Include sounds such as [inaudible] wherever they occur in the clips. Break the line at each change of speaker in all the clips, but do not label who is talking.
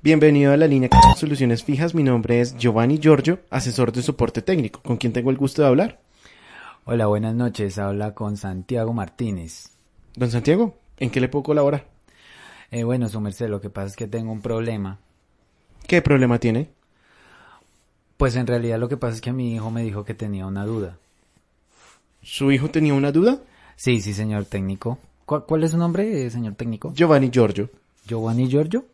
Bienvenido a la línea Soluciones Fijas. Mi nombre es Giovanni Giorgio, asesor de soporte técnico. ¿Con quién tengo el gusto de hablar?
Hola, buenas noches. Habla con Santiago Martínez.
Don Santiago, ¿en qué le puedo colaborar?
Eh, bueno, su merced, lo que pasa es que tengo un problema.
¿Qué problema tiene?
Pues en realidad lo que pasa es que mi hijo me dijo que tenía una duda.
¿Su hijo tenía una duda?
Sí, sí, señor técnico. ¿Cuál, cuál es su nombre, eh, señor técnico?
Giovanni Giorgio.
Giovanni Giorgio.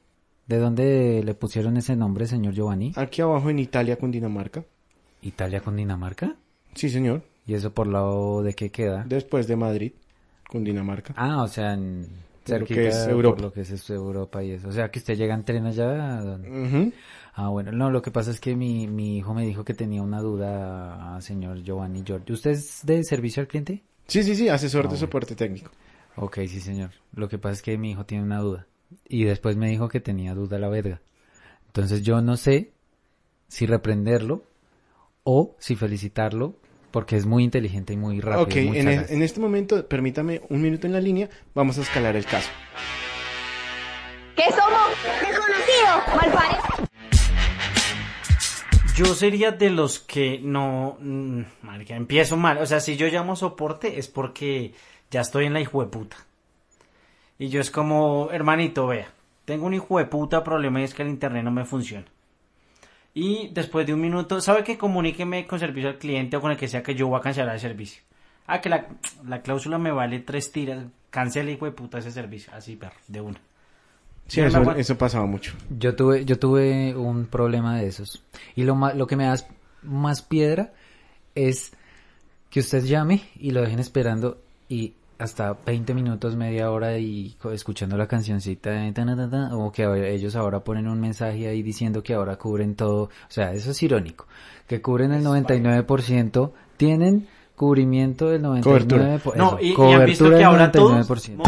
¿De dónde le pusieron ese nombre, señor Giovanni?
Aquí abajo en Italia, Cundinamarca.
¿Italia con Dinamarca?
Sí, señor.
¿Y eso por lado de qué queda?
Después de Madrid, Cundinamarca.
Ah, o sea, en
Por lo que
cerquita,
es Europa.
Por lo que es este Europa y eso. O sea, que usted llega en tren allá. don-
Ujú.
Ah, bueno, no, lo que pasa es que mi, mi hijo me dijo que tenía una duda, ah, señor Giovanni Giorgio. ¿Usted es de servicio al cliente?
Sí, sí, sí, asesor de soporte técnico.
Ok, sí, señor. Lo que pasa es que mi hijo tiene una duda. Y después me dijo que tenía duda la verga. Entonces yo no sé si reprenderlo o si felicitarlo porque es muy inteligente y muy rápido.
ok,
muy
en,
sagaz.
en este momento, permítame un minuto en la línea, vamos a escalar el caso.
¿Qué somos? Desconocidos, malpares.
Yo sería de los que no. mm, Marica, empiezo mal. O sea, si yo llamo soporte es porque ya estoy en la hijueputa. Y yo es como, hermanito, vea, tengo un hijueputa problema y es que el internet no me funciona. Y después de un minuto, ¿sabe que comuníqueme con servicio al cliente o con el que sea que yo voy a cancelar el servicio? Ah, que la, la cláusula me vale tres tiras. Cancela, hijueputa, ese servicio. Así, perro, de una.
Sí,
Ya me
eso,
aguanto.
eso pasaba mucho.
Yo tuve, yo tuve un problema de esos. Y lo, ma- lo que me da más piedra es que usted llame y lo dejen esperando y hasta 20 minutos, media hora y co- escuchando la cancioncita de tan, tan, tan, o que a ver, ellos ahora ponen un mensaje ahí diciendo que ahora cubren todo. O sea, eso es irónico. Que cubren el 99%, tienen cubrimiento del 99%.
Cobertura.
por- eso,
No, y, y han
cobertura
visto
del
que ahora todos
99%.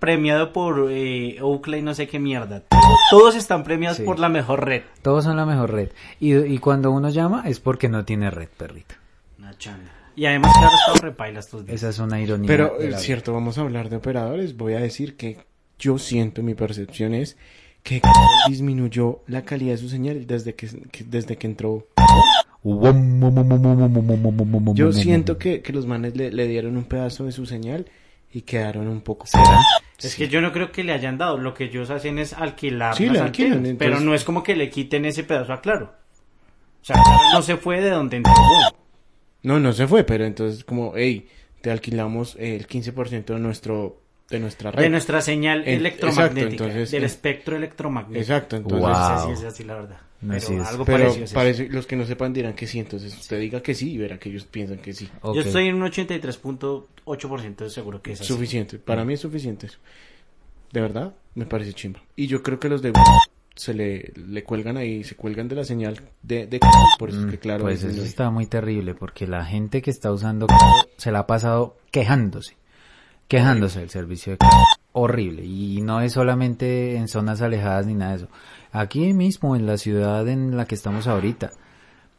premiado por eh, Oakley no sé qué mierda. Todos están premiados
Sí.
por la mejor red.
Todos son la mejor red. Y, y cuando uno llama es porque no tiene red, perrito.
Una chanda. Y además que ahora están repaila estos días.
Esa es una ironía.
Pero
de la
es cierto, vamos a hablar de operadores. Voy a decir que yo siento, mi percepción es que disminuyó la calidad de su señal desde que, que- desde que entró.
vida.
Yo siento que, que los manes le, le dieron un pedazo de su señal y quedaron un poco.
Es que yo no creo que le hayan dado. Lo que ellos hacen es alquilar
Sí,
las
la alquilan,
antenas,
entonces-
Pero no es como que le quiten ese pedazo a Claro. O sea, Claro no se fue de donde entró.
No, no se fue, pero entonces como, hey, te alquilamos el 15% de nuestro de nuestra red.
De nuestra señal
En-
electromagnética.
exacto, entonces-
del espectro electromagnético.
Exacto, entonces.
No sé
Wow.
si es así la verdad.
No,
pero
así es.
algo
Pero
parecido es eso.
parece, los que no sepan dirán que sí, entonces usted diga que sí y verá que ellos piensan que sí.
Ok.
Yo estoy en un 83.8% de seguro que es así.
Suficiente, para mí es suficiente. eso. De verdad, me parece chimba. Y yo creo que los de se le, le cuelgan ahí, se cuelgan de la señal de, de por eso es que claro.
Pues
dicen,
eso
"Oye".
está muy terrible porque la gente que está usando se la ha pasado quejándose. Quejándose del servicio de horrible y no es solamente en zonas alejadas ni nada de eso. Aquí mismo en la ciudad en la que estamos ahorita.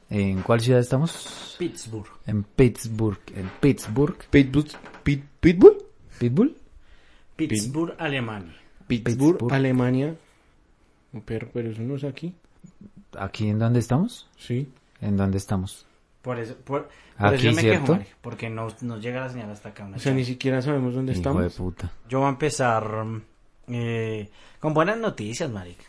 ¿En cuál ciudad estamos?
Pittsburgh.
En Pittsburgh. En Pittsburgh.
Pitbull, Pit- Pitbull,
Pitbull.
Pittsburgh, Alemania.
Pittsburgh,
Pittsburgh.
Alemania. Pero, pero eso no es aquí.
Aquí en donde estamos.
Sí.
¿En dónde estamos?
Por eso, por, por
Aquí,
eso yo me
¿cierto?
quejo, Mari, porque no, no llega la señal hasta acá. una
O sea,
chamba.
ni siquiera sabemos dónde
Hijo de
estamos.
puta.
Yo voy a empezar mm, eh, con buenas noticias, marica.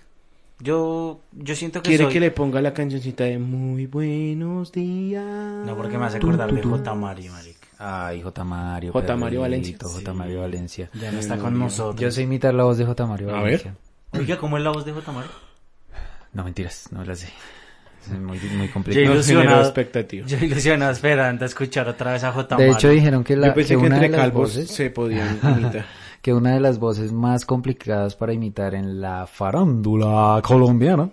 Yo, yo siento que
Quiere
soy...
que le ponga la cancioncita de Muy buenos días.
No, porque me hace acordar de J. Mari, marica.
Ay, J. Mario.
J. Mario
perrito,
Valencia.
J. Mario Valencia.
Ya no está con nosotros.
Eh, Yo sé imitar la voz de J. Mario
A
Valencia.
Oiga, ¿cómo es la voz de
[laughs]
J. Mari?
No, mentiras, no la sé.
[laughs]
Es muy, muy
Yo
complicado.
generó
ilusionado.
expectativa.
[laughs] Yo ilusionado esperando a escuchar otra vez a J.
De
Mari.
hecho, dijeron que, la,
Yo pensé
que
que
una
entre
de las
calvos
voces,
se podían imitar.
que una de las voces más complicadas para imitar en la farándula colombiana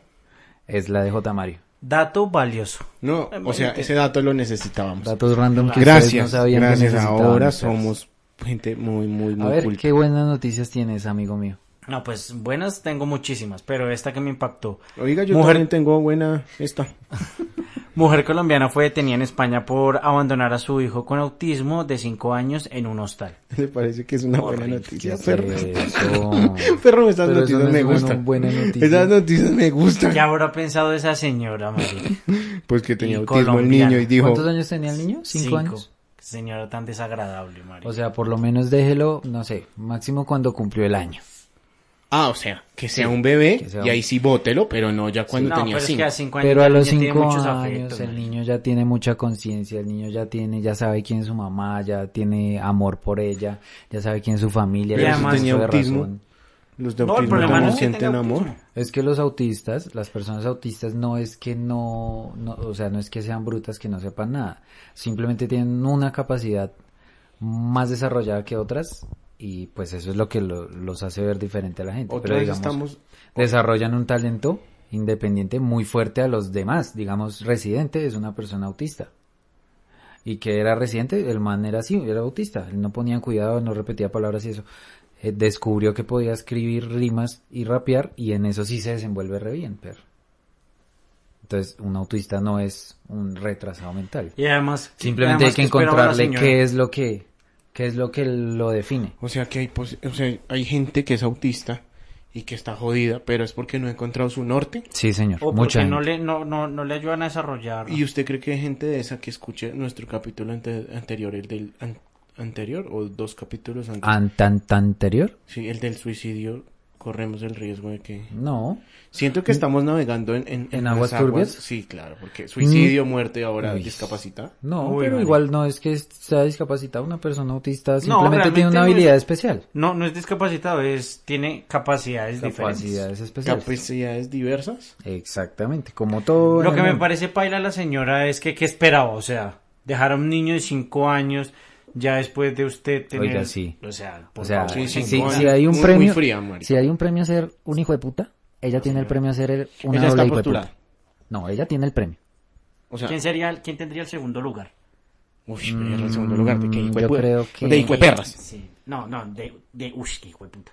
es la de J. Mario.
Dato valioso.
No, o sea, ese dato lo necesitábamos.
Datos random que ustedes no
Gracias,
sabían que
gracias.
necesitaban.
Ahora somos gente muy, muy,
A
muy
ver,
culta.
qué buenas noticias tienes, amigo mío.
No, pues buenas tengo muchísimas, pero esta que me impactó.
Oiga, yo
Mujer-
también tengo buena esta.
Mujer colombiana fue detenida en España por abandonar a su hijo con autismo de 5 años en un hostal.
[laughs] Me parece que es una buena
Horrible,
noticia,
¿Qué es
perro.
eso?
[laughs] Perro, esas
Pero
noticias
eso no
me
es bueno,
gustan.
buena noticia.
Esas noticias me gustan.
¿Qué habrá pensado esa señora, marica?
Pues que tenía
Y
autismo
colombiana.
el niño y dijo,
¿Cuántos años tenía el niño? [laughs] ¿Cinco, años?
Señora tan desagradable, marica.
O sea, por lo menos déjelo, no sé, máximo cuando cumplió el año.
ah, o sea, que sea un bebé
que sea
y
un-
ahí sí bótelo, pero no ya cuando
no,
tenía
pero es
cinco.
que a cinco años
Pero a
ya el
los
niño tiene
cinco
muchos
años
afectos,
el
marica.
niño ya tiene mucha conciencia, el niño ya tiene, ya sabe quién es su mamá, ya tiene amor por ella, ya sabe quién es su familia.
Y
ya
además-
tiene
tenía
uso de
autismo.
razón.
Los de
No, el
autismo
problema no
no
es que
sienten
tenga
amor.
autismo.
Es que los autistas, las personas autistas no es que no, no, o sea, no es que sean brutas que no sepan nada. Simplemente tienen una capacidad más desarrollada que otras y pues eso es lo que lo- los hace ver diferente a la gente.
Otra
Pero
vez
digamos,
estamos...
desarrollan un talento independiente muy fuerte a los demás. Digamos, residente es una persona autista. Y que era residente, el man era así, era autista. Él no ponía cuidado, no repetía palabras y eso. Eh, descubrió que podía escribir rimas y rapear y en eso sí se desenvuelve re bien, pero. Entonces, un autista no es un retrasado mental.
Y además...
Simplemente hay
además,
que
¿qué esperaba la
encontrarle
señora?
qué es lo que, qué es lo que lo define.
O sea, que hay, pos- o sea, hay gente que es autista y que está jodida, pero es porque no ha encontrado su norte.
Sí, señor.
O
mucha
porque no
gente.
le, no, no, no le ayudan a desarrollar.
¿Y usted cree que hay gente de esa que escuche nuestro capítulo ante- anterior, el del an- anterior o dos capítulos antes?
An- tan- tan anterior?
Sí, el del suicidio, corremos el riesgo de que...
No.
Siento que estamos navegando en... ¿En,
¿En
las
aguas turbias? Mm.
Sí, claro, porque suicidio, muerte, ahora
Uy.
discapacidad.
No,
Uy,
pero
marica.
igual no es que sea discapacitada una persona autista, simplemente tiene
realmente
una
no es-
habilidad especial.
No, no es discapacitado, es... Tiene capacidades diferentes.
Capacidades especiales.
Capacidades diversas.
Exactamente, como todo. en
Lo
el
que me
mundo.
parece paila la señora es que qué esperaba, o sea, dejar a un niño de cinco años ya después de usted tener,
Oiga, sí.
o sea, por
O sea,
favor,
Sí,
si,
sí,
si-
bueno.
si hay un
Muy-
premio,
muy fría, marica.
si hay un premio a ser un hijo de puta, ella tiene el premio a ser el- una
Ella está
doble hijo de
postulada.
puta. No, ella tiene el premio.
O sea,
¿Quién sería, el- quién tendría el segundo lugar?
uy, en el segundo lugar, de que
Mm,
hijo de
yo
puta-
creo que-
De hijo de perras.
Sí. No, no, de, de ush, qué hijo de puta.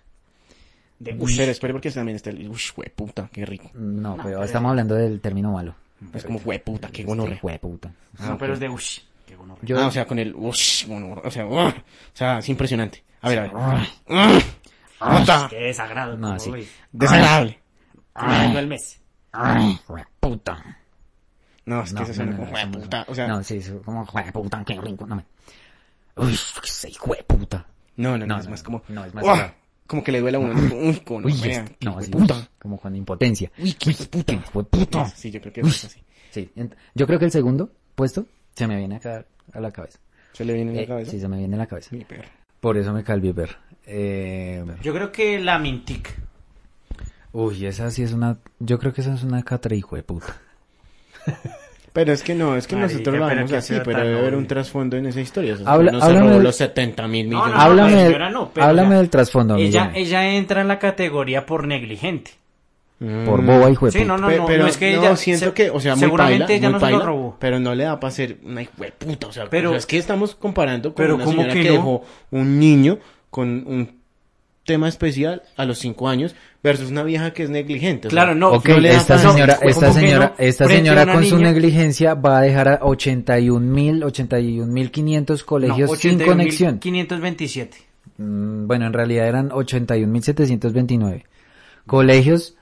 De
Uy,
ush.
pero espere porque también está el... Uy, hueputa, qué rico.
No,
No,
pero
pero-
estamos hablando del término malo.
Es como hueputa, qué
Mm, Este
gonorrea.
hijo de puta.
no, pero es de ush. Qué gonorrea.
Yo-
Ah, o sea, con el... ush, gonorrea, o sea, uah, o sea, es impresionante. A ver, a ver. Ah, está
Qué desagrado.
No,
como
sí. Ah.
voy.
Desagradable.
Comenzando el mes.
Ay, hijo de puta.
No, es que se suena como
eso no.
hueputa, o sea...
No, sí, eso, como hueputa, qué rico, no me... Uy, qué sé, hijo de puta.
No, no, no,
No,
es
no,
más
no.
como.
No, es más
¡Uah!
como-
Como que le duele a uno. [laughs] Uy, este, con
Uy,
vea,
este,
es- no,
hijo de
así,
puta.
como con impotencia. Uy, qué puta.
Sí, yo creo que es así.
Sí, ent- yo creo que el segundo puesto se me viene acá a la cabeza.
Se le viene en la
Eh,
cabeza.
sí, se me viene a la cabeza.
Mi perro.
Por eso me calví ver. Eh,
Yo creo que la Mintic.
uy, esa sí es una... Yo creo que esa es una catra hijo de puta.
Pero es que no, es que
Marica,
nosotros lo
pero
vemos
que
así,
sea
pero
tan
debe haber un
noble.
trasfondo en esa historia. O sea,
Habla-
no se
háblame
robó
del-
los 70 mil
No, no,
millones.
no,
háblame
la
del-
señora no, pero
háblame
ya.
del trasfondo,
Ella,
Millán.
ella entra en la categoría por negligente.
Mm.
Por boba hijo de
Sí,
puta.
no, no,
Pe-
no,
pero
no es que ella.
siento
se-
que, o sea, muy
seguramente
paila,
ella
muy
no
paila,
se lo robó.
pero no le da para ser una hijo de puta, o sea,
Pero-
o sea, es que estamos comparando con
pero
una
¿cómo
señora
que
que,
no?
dejó un niño con un tema especial a los cinco años versus una vieja que es negligente. o sea,
Claro, no.
ok,
no le da
esta
pa- no,
señora,
¿cómo
esta
que no?
señora, esta
Frente a
señora
una
con su
niña-
negligencia va a dejar a 81 mil, 81 mil 500 colegios
no,
sin
81.527.
conexión. Mm, Bueno, en realidad eran 81.729. Colegios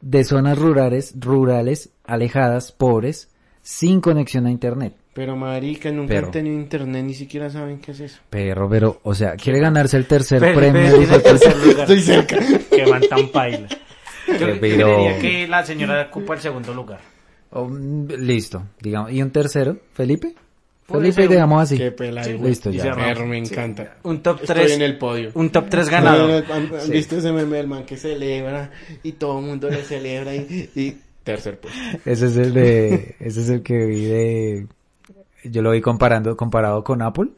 de zonas rurales, rurales, alejadas, pobres, sin conexión a internet.
Pero marica, nunca
Pero-
han tenido internet, ni siquiera saben qué es eso.
Perro, pero, o sea, quiere ganarse el tercer
Pero-
premio.
pero
hijo de
tiene
puta.
tercer lugar.
Estoy cerca.
Que van tan paila. Yo
Pero-
creería que la señora ocupa el segundo lugar.
Oh, mm, listo, digamos. Y un tercero, Felipe.
Puede
Felipe,
ser.
dejamos así.
Qué pela de güey.
listo,
Y
ya.
cerramos.
Perro, me encanta.
Un top
Estoy
3.
en el podio.
Un top 3 ganado.
No, no, ¿han- han visto ese meme del man que celebra y todo el mundo le celebra y, y tercer puesto?
Ese es el de, ese es el que vi de, yo lo vi comparando, comparado con Apple,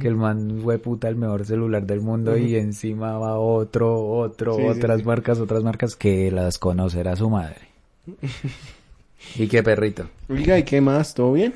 que el man fue puta el mejor celular del mundo y encima va otro, otro,
Sí, sí,
otras
sí.
marcas, otras marcas que las conocerá su madre.
[laughs]
y qué perrito.
Oiga, ¿y qué más? ¿Todo bien?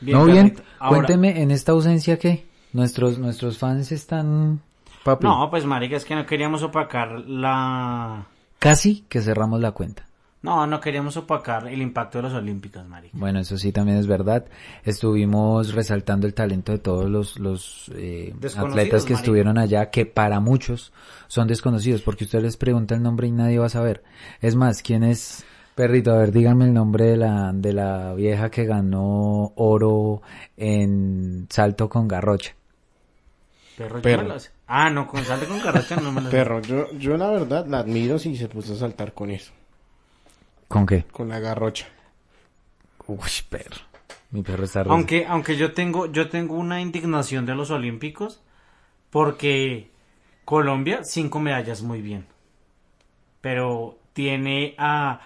no bien,
Carlita. Ahora-
cuénteme en esta ausencia que nuestros, nuestros fans están, papi,
No, pues marica, es que no queríamos opacar la...
casi que cerramos la cuenta.
No, no queríamos opacar el impacto de los Olímpicos, marica.
Bueno, eso sí también es verdad. Estuvimos resaltando el talento de todos los, los eh,
Desconocidos,
atletas que
marica.
estuvieron allá, que para muchos son desconocidos, porque usted les pregunta el nombre y nadie va a saber. Es más, ¿quién es? Perrito, a ver, dígame el nombre de la, de la vieja que ganó oro en salto con garrocha.
Perro, yo
Perro.
me lo sé. Ah, no, con sal de con carracha no me lo sé.
Perro, yo, yo la verdad la admiro si se puso a saltar con eso,
¿Con qué?
con la garrocha.
Uy, perro. Mi perro está rosa.
Aunque, aunque yo tengo, yo tengo una indignación de los Olímpicos, porque Colombia, cinco medallas muy bien. Pero tiene a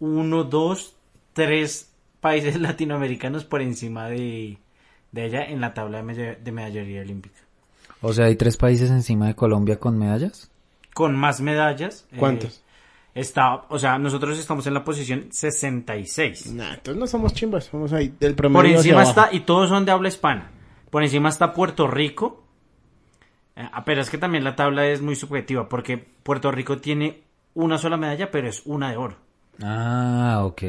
uno, dos, tres países [laughs] latinoamericanos por encima de, de ella en la tabla de, meda- de medallería olímpica.
O sea, hay tres países encima de Colombia con medallas.
Con más medallas. eh,
¿Cuántas?
está, o sea, nosotros estamos en la posición 66.
Nah, entonces no somos chimbas, somos ahí del promedio
Por encima
hacia abajo.
está, y todos son de habla hispana. Por encima está Puerto Rico. Eh, ah, Pero es que también la tabla es muy subjetiva, porque Puerto Rico tiene una sola medalla, pero es una de oro.
Ah, ok.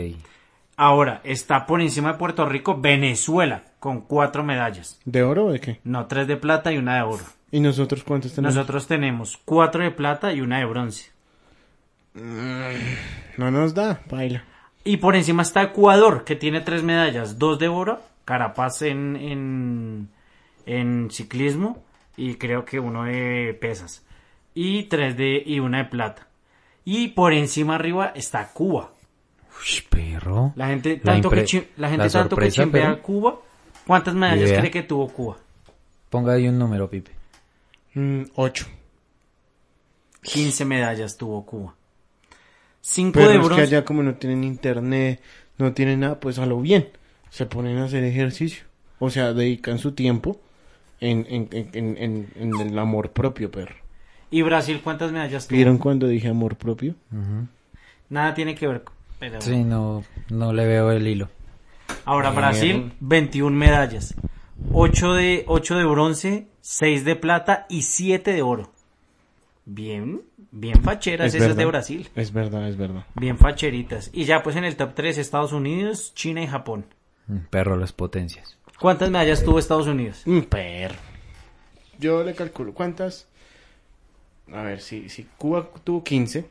Ahora, está por encima de Puerto Rico Venezuela, con cuatro medallas.
¿De oro o de qué?
No, tres de plata y una de oro.
¿Y nosotros cuántos tenemos?
Nosotros tenemos cuatro de plata y una de bronce.
No nos da, baila.
Y por encima está Ecuador, que tiene tres medallas, dos de oro, Carapaz en, en, en ciclismo y creo que uno de pesas. Y tres de, y una de plata. Y por encima arriba está Cuba.
Uy, perro.
La gente
La
tanto que,
impre-
chi- la gente
la
tanto que
sorpresa,
chimbea
pero-
a Cuba. ¿Cuántas medallas
Idea.
cree que tuvo Cuba?
Ponga ahí un número, Pipe.
Mm, ocho.
15 medallas tuvo Cuba. Cinco
Pero
de
es que
bronce.
allá como no tienen internet, no tienen nada, pues a lo bien. Se ponen a hacer ejercicio. O sea, dedican su tiempo en, en, en, en, en- en el amor propio, perro.
¿Y Brasil cuántas medallas tuvo?
¿Vieron cuando dije amor propio?
Nada tiene que ver. Pero...
Sí, no, no le veo el hilo.
Ahora Brasil, 21 medallas. 8 de, 8 de bronce, 6 de plata y 7 de oro. Bien, bien facheras esas
verdad.
de Brasil.
Es verdad, es verdad.
Bien facheritas. Y ya pues en el top 3 Estados Unidos, China y Japón.
Mm, Perro, las potencias.
¿Cuántas medallas tuvo Estados Unidos?
Mm, perro. Yo le calculo cuántas. A ver, si, si Cuba tuvo 15,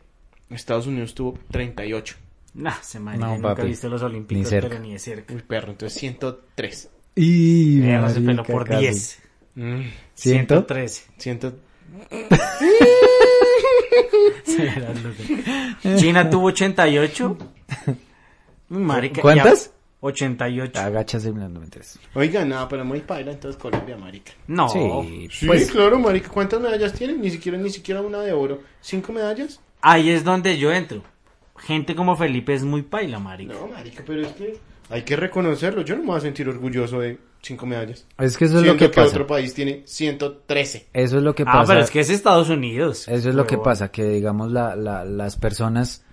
Estados Unidos tuvo 38.
Nah, se me
No,
nunca
papi.
viste los Olímpicos,
Ni cerca.
pero ni de cerca.
Uy, perro, entonces 103.
Y...
Perro, Eh, se peló por 10.
Mm,
¿Ciento?
113.
100.
China
[laughs]
tuvo 88. Marica, ya-
¿Cuántas? Ah,
88.
Agáchase, no, no me interesa.
Oiga, no, pero muy paila entonces Colombia, marica.
No.
Sí,
Sí,
pues
claro, marica. ¿Cuántas medallas tienen? Ni siquiera, ni siquiera una de oro. ¿Cinco medallas?
Ahí es donde yo entro. Gente como Felipe es muy paila, marica.
No, marica, pero es que hay que reconocerlo. Yo no me voy a sentir orgulloso de cinco medallas.
es que eso es
Siendo
lo que
que,
pasa.
otro país tiene 113.
Eso es lo que pasa.
ah, pero es que es Estados Unidos.
Eso es lo que
huevón.
pasa, que digamos la, la- las personas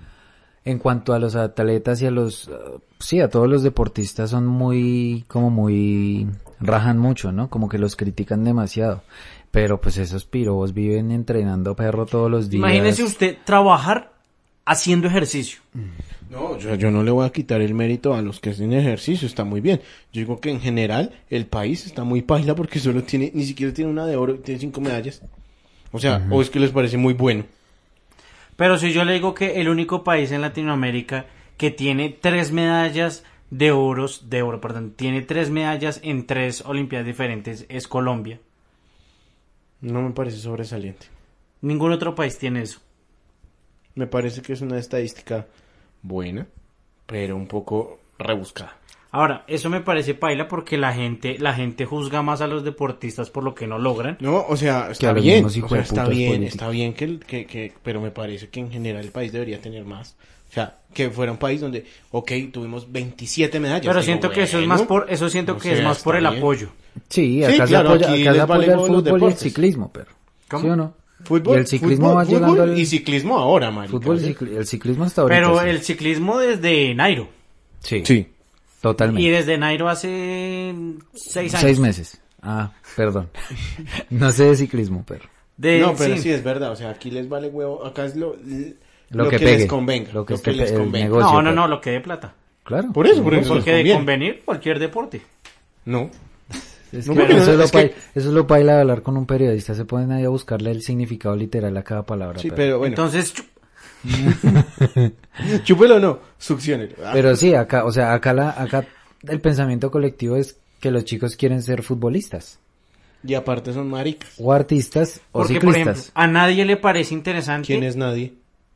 en cuanto a los atletas y a los, eh, sí, a todos los deportistas son muy, como muy, rajan mucho, ¿no? Como que los critican demasiado. Pero pues esos pirobos viven entrenando perro todos los días.
Imagínese usted trabajar haciendo ejercicio.
No, yo, yo no le voy a quitar el mérito a los que hacen ejercicio, está muy bien. Yo digo que en general el país está muy paila porque solo tiene, ni siquiera tiene una de oro, tiene cinco medallas. O sea, o es que les parece muy bueno.
Pero si yo le digo que el único país en Latinoamérica que tiene tres medallas de oros, de oro, perdón, tiene tres medallas en tres Olimpiadas diferentes es Colombia.
No me parece sobresaliente.
Ningún otro país tiene eso.
Me parece que es una estadística buena, pero un poco rebuscada.
Ahora, eso me parece paila porque la gente, la gente juzga más a los deportistas por lo que no logran.
No, o sea,
a
está
los
bien,
mismos
o
hijos
sea,
de
está
putas
bien,
políticos.
está bien que, el- que, que, pero me parece que en general el país debería tener más. O sea, que fuera un país donde, ok, tuvimos 27 medallas.
Pero
Digo,
siento que eso es más
bueno,
por, eso siento
o
que es
sea,
más por el
está bien.
apoyo.
Sí,
Sí,
acá se
claro,
apoya,
aquí
acá se
les
apoya
vale
el
los
fútbol y el
deportes.
ciclismo, perro.
¿Cómo?
¿Sí o no?
Fútbol,
y el ciclismo
fútbol,
va
fútbol
llegando al...
y ciclismo ahora, marica.
fútbol y
¿sí?
cicli- el ciclismo hasta ahorita.
Pero
sí.
el ciclismo desde Nairo.
Sí,
Sí.
totalmente.
Y desde Nairo hace seis años.
Seis meses. Ah, perdón. [laughs] no sé de ciclismo, perro.
De-
no, pero
Eh, sí.
sí. es verdad, o sea, aquí les vale huevo, acá es lo...
Lo,
Lo
que,
que
pegue.
les convenga,
Lo que,
lo
esté
que les
pe- el
convenga.
negocio,
No, no,
pues.
no, lo que dé plata.
Claro. pues,
Por eso, por eso.
Porque
les
de
conviene.
convenir cualquier deporte.
No.
Es
No,
que
porque
eso,
no,
es lo
es que-
paila- eso es lo paila de hablar con un periodista. Se ponen ahí a buscarle el significado literal a cada palabra.
Sí,
pero-
pero bueno.
Entonces, chu-
[laughs] Chúpelo o no, succionelo. Ah,
Pero sí, acá, o sea, acá, la, acá el pensamiento colectivo es que los chicos quieren ser futbolistas
Y aparte son maricas.
o artistas o
porque por ejemplo,
ciclistas.
a nadie le parece interesante.
¿Quién es nadie?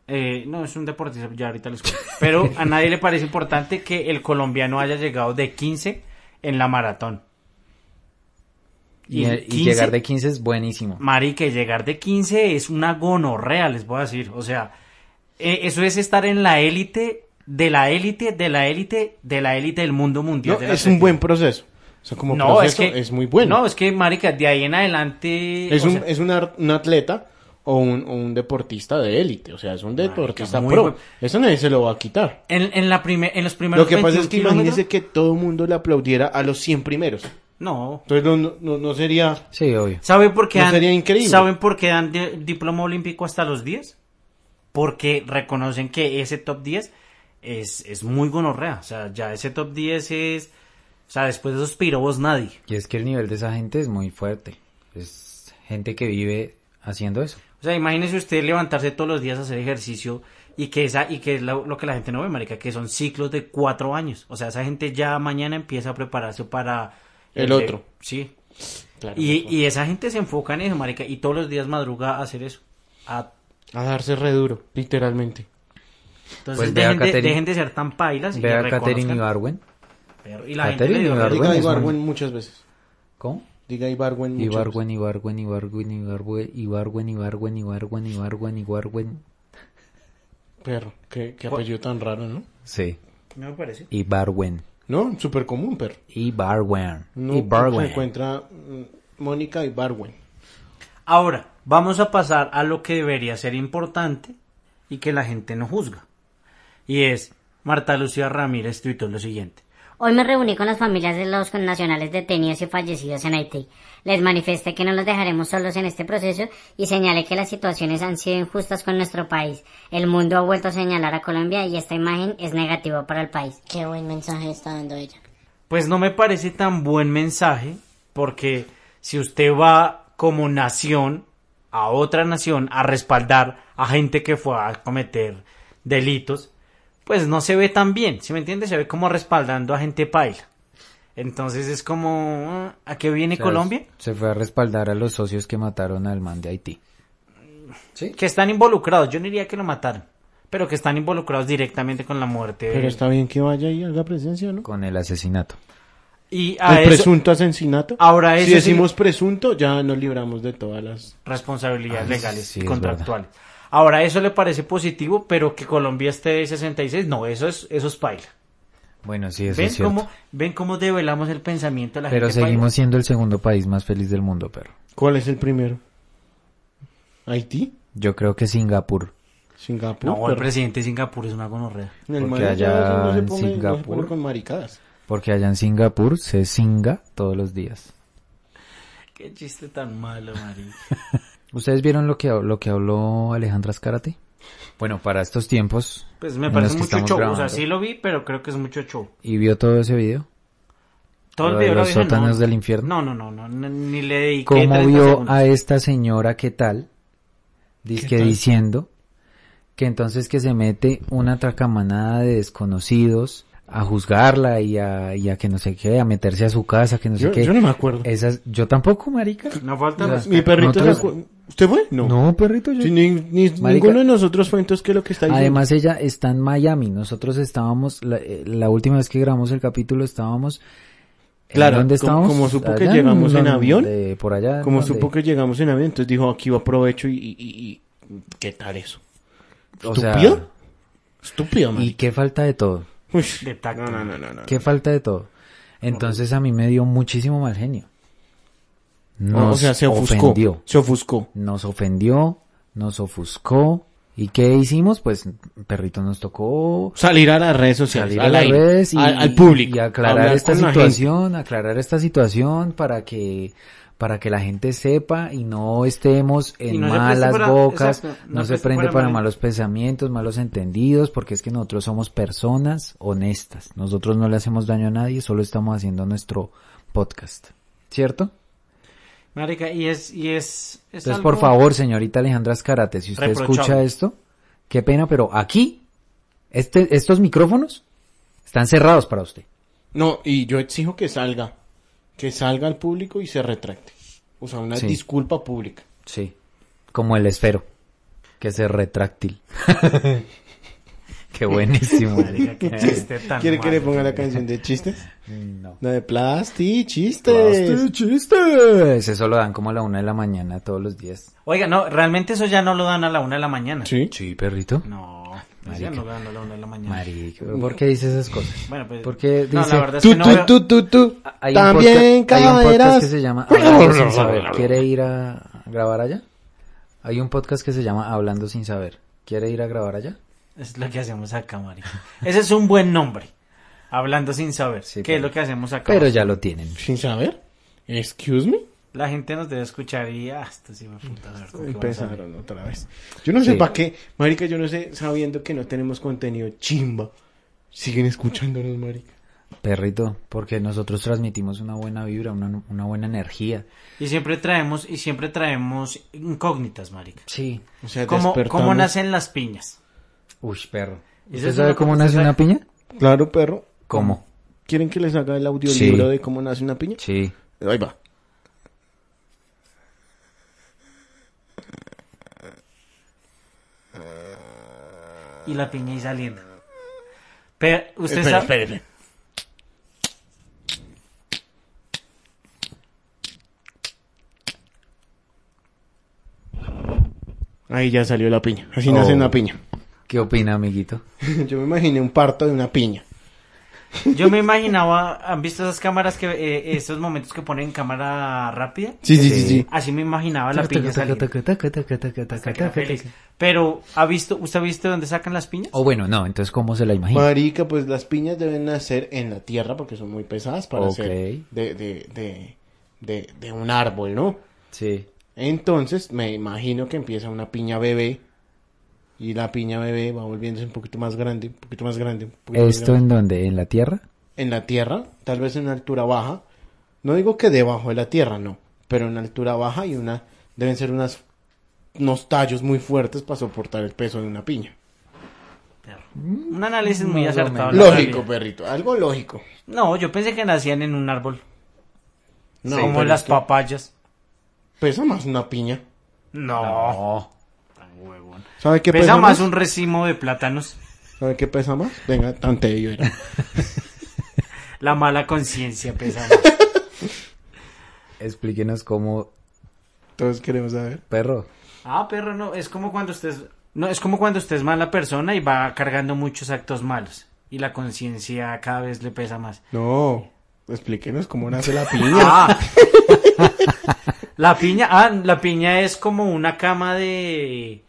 Eh, no, es un deportista, ya ahorita les cuento. Pero a nadie le parece importante que el colombiano haya llegado de 15 en la maratón.
y,
y
y
15
llegar de 15 es buenísimo.
Mari, que llegar de 15 es una gonorrea, les voy a decir. O sea, eh, eso es estar en la élite, de la élite, de la élite, de la élite del mundo mundial.
No,
del
es un
atletismo.
buen proceso. O sea, como
No,
proceso es,
es que
muy bueno.
No, es que marica, de ahí en adelante
es
o
un,
sea,
es un, ar- un atleta o un, o un deportista de élite. O sea, es un deportista
muy
pro.
buen-
Eso nadie se lo va a quitar.
en, en la prime- en los primeros
Lo que pasa es
21
que
kilómetros-
imagínese que todo el mundo le aplaudiera a los 100 primeros.
no.
Entonces no, no- no, no sería...
Sí, obvio.
¿Saben por qué
No
dan,
sería increíble.
¿saben por qué dan di- diploma olímpico hasta los 10? Porque reconocen que ese top 10 es, es muy gonorrea. O sea, ya ese top 10 es. O sea, después de esos pirobos nadie.
Y es que el nivel de esa gente es muy fuerte. Es gente que vive haciendo eso.
O sea, imagínese usted levantarse todos los días a hacer ejercicio y que esa y que es lo, lo que la gente no ve, marica, que son ciclos de cuatro años. O sea, esa gente ya mañana empieza a prepararse para
El
de-
otro.
sí.
Claro,
Y,
eso.
y esa gente se enfoca en eso, marica, y todos los días madruga a hacer eso. A-
A darse re duro, literalmente.
entonces
Pues vea,
dejen, de,
Catherine.
dejen de ser tan pailas y
Ve a
reconozcan.
Katherine Ibarwen.
Pero- y la
Catherine
gente le dio
Ibarwen.
risa.
Diga
es
Ibarwen
muy-
muchas veces.
¿Cómo?
Diga Ibarwen muchas
Ibarwen, Ibarwen, Ibarwen, Ibarwen, Ibarwen, Ibarwen, Ibarwen, Ibarwen, Ibarwen.
veces. Perro, qué, qué apellido tan raro, ¿no?
Sí.
No me parece.
Ibarwen.
No, súper común, perro.
Ibarwen.
No, se
Ibarwen.
encuentra mm, Mónica y Barwen.
Ahora, vamos a pasar a lo que debería ser importante y que la gente no juzga. Y es, Marta Lucía Ramírez tuitó lo siguiente.
Hoy me reuní con las familias de los connacionales detenidos y fallecidos en Haití. Les manifesté que no los dejaremos solos en este proceso y señalé que las situaciones han sido injustas con nuestro país. El mundo ha vuelto a señalar a Colombia y esta imagen es negativa para el país.
Qué buen mensaje está dando ella.
Pues no me parece tan buen mensaje, porque si usted va como nación a otra nación a respaldar a gente que fue a cometer delitos, pues no se ve tan bien, ¿sí me entiende? Se ve como respaldando a gente paila. Entonces es como, ah, ¿a qué viene
O sea,
Colombia?
Se fue a respaldar a los socios que mataron al man de Haití.
Que están involucrados, yo no diría que lo mataron, pero que están involucrados directamente con la muerte. de
Pero
él.
está bien que vaya y haga presencia, ¿no?
Con el asesinato.
Y a
El
Ah, eso,
presunto asesinato.
Ahora eso
si
sí-
decimos presunto, ya nos libramos de todas las...
responsabilidades
Ah,
legales
sí,
y
es
contractuales. Ahora, eso le parece positivo, pero que Colombia esté de 66, no, eso es, eso es paila.
Bueno, sí, eso
¿Ven
es cierto.
cómo, ¿Ven cómo develamos el pensamiento de la
Pero
gente? paila?
seguimos siendo el segundo país más feliz del mundo, pero
¿Cuál es el primero? ¿Haití?
yo creo que Singapur.
¿Singapur?
No, el
Pero-
presidente de Singapur es una gonorrea.
El
Porque
man ya
allá
no se
en
pone- no se pone
Singapur-
con maricadas.
Porque allá en Singapur se singa todos los días.
Qué chiste tan malo, María.
¿Ustedes vieron lo que, lo que habló Alejandra Azcárate? Bueno, para estos tiempos.
Pues me
en los
parece
que
mucho
estamos
show. O sea,
grabando.
sí lo vi, pero creo que es mucho show.
¿Y vio todo ese video?
Todo el
Lo de
video lo
los
vi, no,
sótanos
no.
del infierno.
No, no, no, no, no, ni le dediqué
¿Cómo
30
vio
segundos.
a esta señora qué tal? Dice que
tal?
diciendo que entonces que se mete una tracamanada de desconocidos a juzgarla y a, y a que no sé qué, a meterse a su casa, que no
Yo,
sé qué. Eh,
yo no me acuerdo.
Esas, yo tampoco, marica.
No falta
O sea,
respeto.
Mi perrito se
Nosotros-
acu- ¿Usted fue? No.
No, perrito, yo.
Sí, ni- ni-
Marica-
ninguno de nosotros fue, entonces, ¿qué es lo que está diciendo?
Además ella está en Miami. Nosotros estábamos la, eh, la última vez que grabamos el capítulo estábamos ¿en
Claro,
¿Dónde
como-
estábamos?
como supo que
Allá
llegamos en avión,
donde- por allá.
Como
donde-
supo que llegamos en avión, entonces dijo, aquí va aprovecho y, y- y- y- ¿Qué tal eso?
o sea,
¿Estúpido? Estúpido,
y
marica.
qué falta de todo.
Ush.
De tacto.
No, no, no, no, no.
Qué falta de todo. Entonces a mí me dio muchísimo mal genio.
No,
Nos
o sea, se ofuscó.
ofendió.
Se ofuscó.
Nos ofendió, nos ofuscó. ¿Y qué hicimos? Pues perrito nos tocó
Salir a las redes sociales,
salir
al
a las
aire,
redes y,
al, al
y-
público.
y aclarar
hablar
esta
con la
situación, aclarar esta situación para que para que la gente sepa y no estemos en
Y no se preste
malas
para-
bocas,
exacto,
no,
no
se
preste
prende
para
para
mal-
malos pensamientos, malos entendidos, porque es que nosotros somos personas honestas. Nosotros no le hacemos daño a nadie, solo estamos haciendo nuestro podcast. ¿Cierto?
Marica, y es, y es, es
Entonces,
algo-
por favor, señorita Alejandra Escarate, si usted
Reprochable.
escucha esto, qué pena, pero aquí, este, estos micrófonos están cerrados para usted.
No, y yo exijo que salga. Que salga al público y se retracte. O sea, una
Sí.
disculpa pública.
Sí. Como el esfero, que es el retráctil. qué buenísimo.
Marica, qué
[laughs]
chiste tan
¿Quiere que le
malo.
ponga la canción de chistes?
No.
La de Plasti, chistes.
Chistes, chistes. Eso lo dan como a la una de la mañana todos los días.
Oiga, no, realmente eso ya no lo dan a la una de la mañana.
Sí.
Sí, perrito.
No, eso ya no lo dan a la una de la mañana.
Marica, ¿por qué dices esas cosas?
Bueno, pues.
Porque
No,
dice-
la verdad es
Tú,
que no.
tú,
veo-
tú, tú, tú.
Ah, Hay un
También
podcast- hay un podcast que
caderas.
se llama
[laughs]
Hablando sin saber. ¿Quiere ir a grabar allá? Hay un podcast que se llama Hablando sin saber. ¿Quiere ir a grabar allá?
Es lo que hacemos acá, marica. Ese es un buen nombre. Hablando sin saber.
Sí,
que
pero-
es lo que hacemos acá?
Pero ya lo tienen.
Sin saber. Excuse me.
La gente nos debe escuchar y ah, esto sí me puta a ver con qué van a salir.
Empezaron otra vez. Yo no sé
Sí.
para qué. Marica, yo no sé, sabiendo que no tenemos contenido chimba. Siguen escuchándonos, marica.
Perrito, porque nosotros transmitimos una buena vibra, una, una buena energía.
Y siempre traemos, y siempre traemos incógnitas, marica.
Sí.
O sea,
¿Cómo,
despertamos.
cómo nacen las piñas?
Uy, perro.
Eso
¿Usted
es
sabe
una-
cómo
usted
nace
sabe-
una piña?
Claro, perro.
¿Cómo?
¿Quieren que les haga el audiolibro
Sí.
de cómo nace una piña?
Sí.
Ahí va.
Y la piña y saliendo. Pero usted
Espere,
sabe.
espere, espere. Ahí ya salió la piña. Así nace
Oh.
una piña. [laughs]
¿Qué opina, amiguito?
Yo me imaginé un parto de una piña.
Yo me imaginaba, ¿han visto esas cámaras que, eh, esos momentos que ponen cámara rápida?
Sí, sí, sí, sí.
Así me imaginaba la piña saliendo. Hasta que era feliz. Pero, ¿ha visto, usted ha visto dónde sacan las piñas?
O bueno, no, entonces ¿cómo se la imagina?
Marica, pues las piñas deben nacer en la tierra porque son muy pesadas para
Ok.
ser de, de, de, de, de un árbol, ¿no?
Sí.
Entonces, me imagino que empieza una piña bebé y la piña bebé va volviéndose un poquito más grande, un poquito más grande, un poquito
pues,
más
¿Esto en dónde? ¿En la tierra?
en la tierra, tal vez en una altura baja. No digo que debajo de la tierra, no, pero en una altura baja y una deben ser unas unos tallos muy fuertes para soportar el peso de una piña.
Perro. Un análisis muy acertado. la
lógico,
realidad.
perrito, algo lógico.
No, yo pensé que nacían en un árbol.
No,
como
pero
las
es que
papayas.
pesa más una piña.
No. Tan huevón.
¿Sabe qué pesa,
Pesa más un racimo de plátanos.
¿Sabe qué pesa más? Venga, tan yo era.
La mala conciencia pesa más.
Explíquenos cómo,
Todos queremos saber.
perro.
Ah, perro, no. Es como cuando usted es... No, es como cuando usted es mala persona y va cargando muchos actos malos. Y la conciencia cada vez le pesa más.
No, explíquenos cómo nace la piña.
Ah. [laughs] la piña, ah, la piña es como una cama de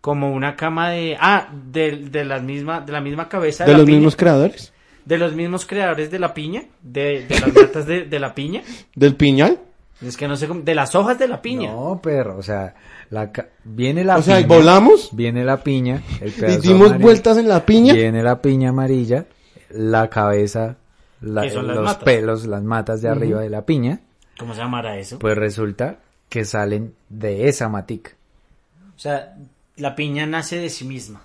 como una cama de ah, de, de las misma de la misma cabeza
de
la
los
piña,
mismos creadores.
de los mismos creadores de la piña, de, de las latas de, de la piña.
Del piñal.
Es que no sé cómo, de las hojas de la piña.
No, perro, o sea, la ca- viene la
o sea,
piña,
volamos
viene la piña, el
y
pedazo
dimos
amarillo,
vueltas en la piña.
viene la piña amarilla, la cabeza, la- eh,
Que son las
los
matas.
pelos, las matas de arriba de la piña,
¿Cómo se llamará eso?
pues resulta que salen de esa matica.
O sea, la piña nace de sí misma.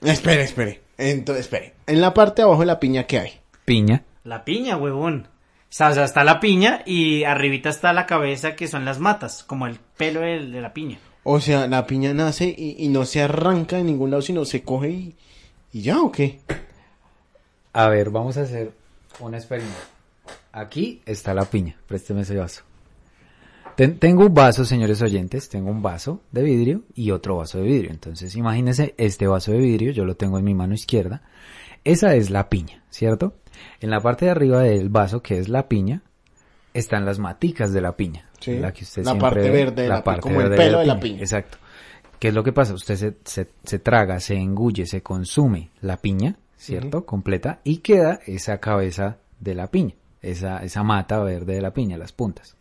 Espere, espere. Entonces, espere. En la parte de abajo de la piña, ¿qué hay?
Piña,
La piña, huevón. O sea, o sea, está la piña y arribita está la cabeza que son las matas, como el pelo del- de la piña.
O sea, la piña nace y, y no se arranca de ningún lado, sino se coge y, y ya, ¿o qué?
a ver, vamos a hacer un experimento. Aquí está la piña, présteme ese vaso. Ten- tengo un vaso, señores oyentes, tengo un vaso de vidrio y otro vaso de vidrio. Entonces, imagínense este vaso de vidrio, yo lo tengo en mi mano izquierda. Esa es la piña, ¿cierto? En la parte de arriba del vaso, que es la piña, están las maticas de la piña.
Sí,
La que usted
la
siempre
parte
ve,
verde de la pi- como el pelo de la piña.
Exacto. ¿Qué es lo que pasa? Usted se, se- se traga, se engulle, se consume la piña, ¿cierto? Completa y queda esa cabeza de la piña. esa, esa mata verde de la piña, las puntas.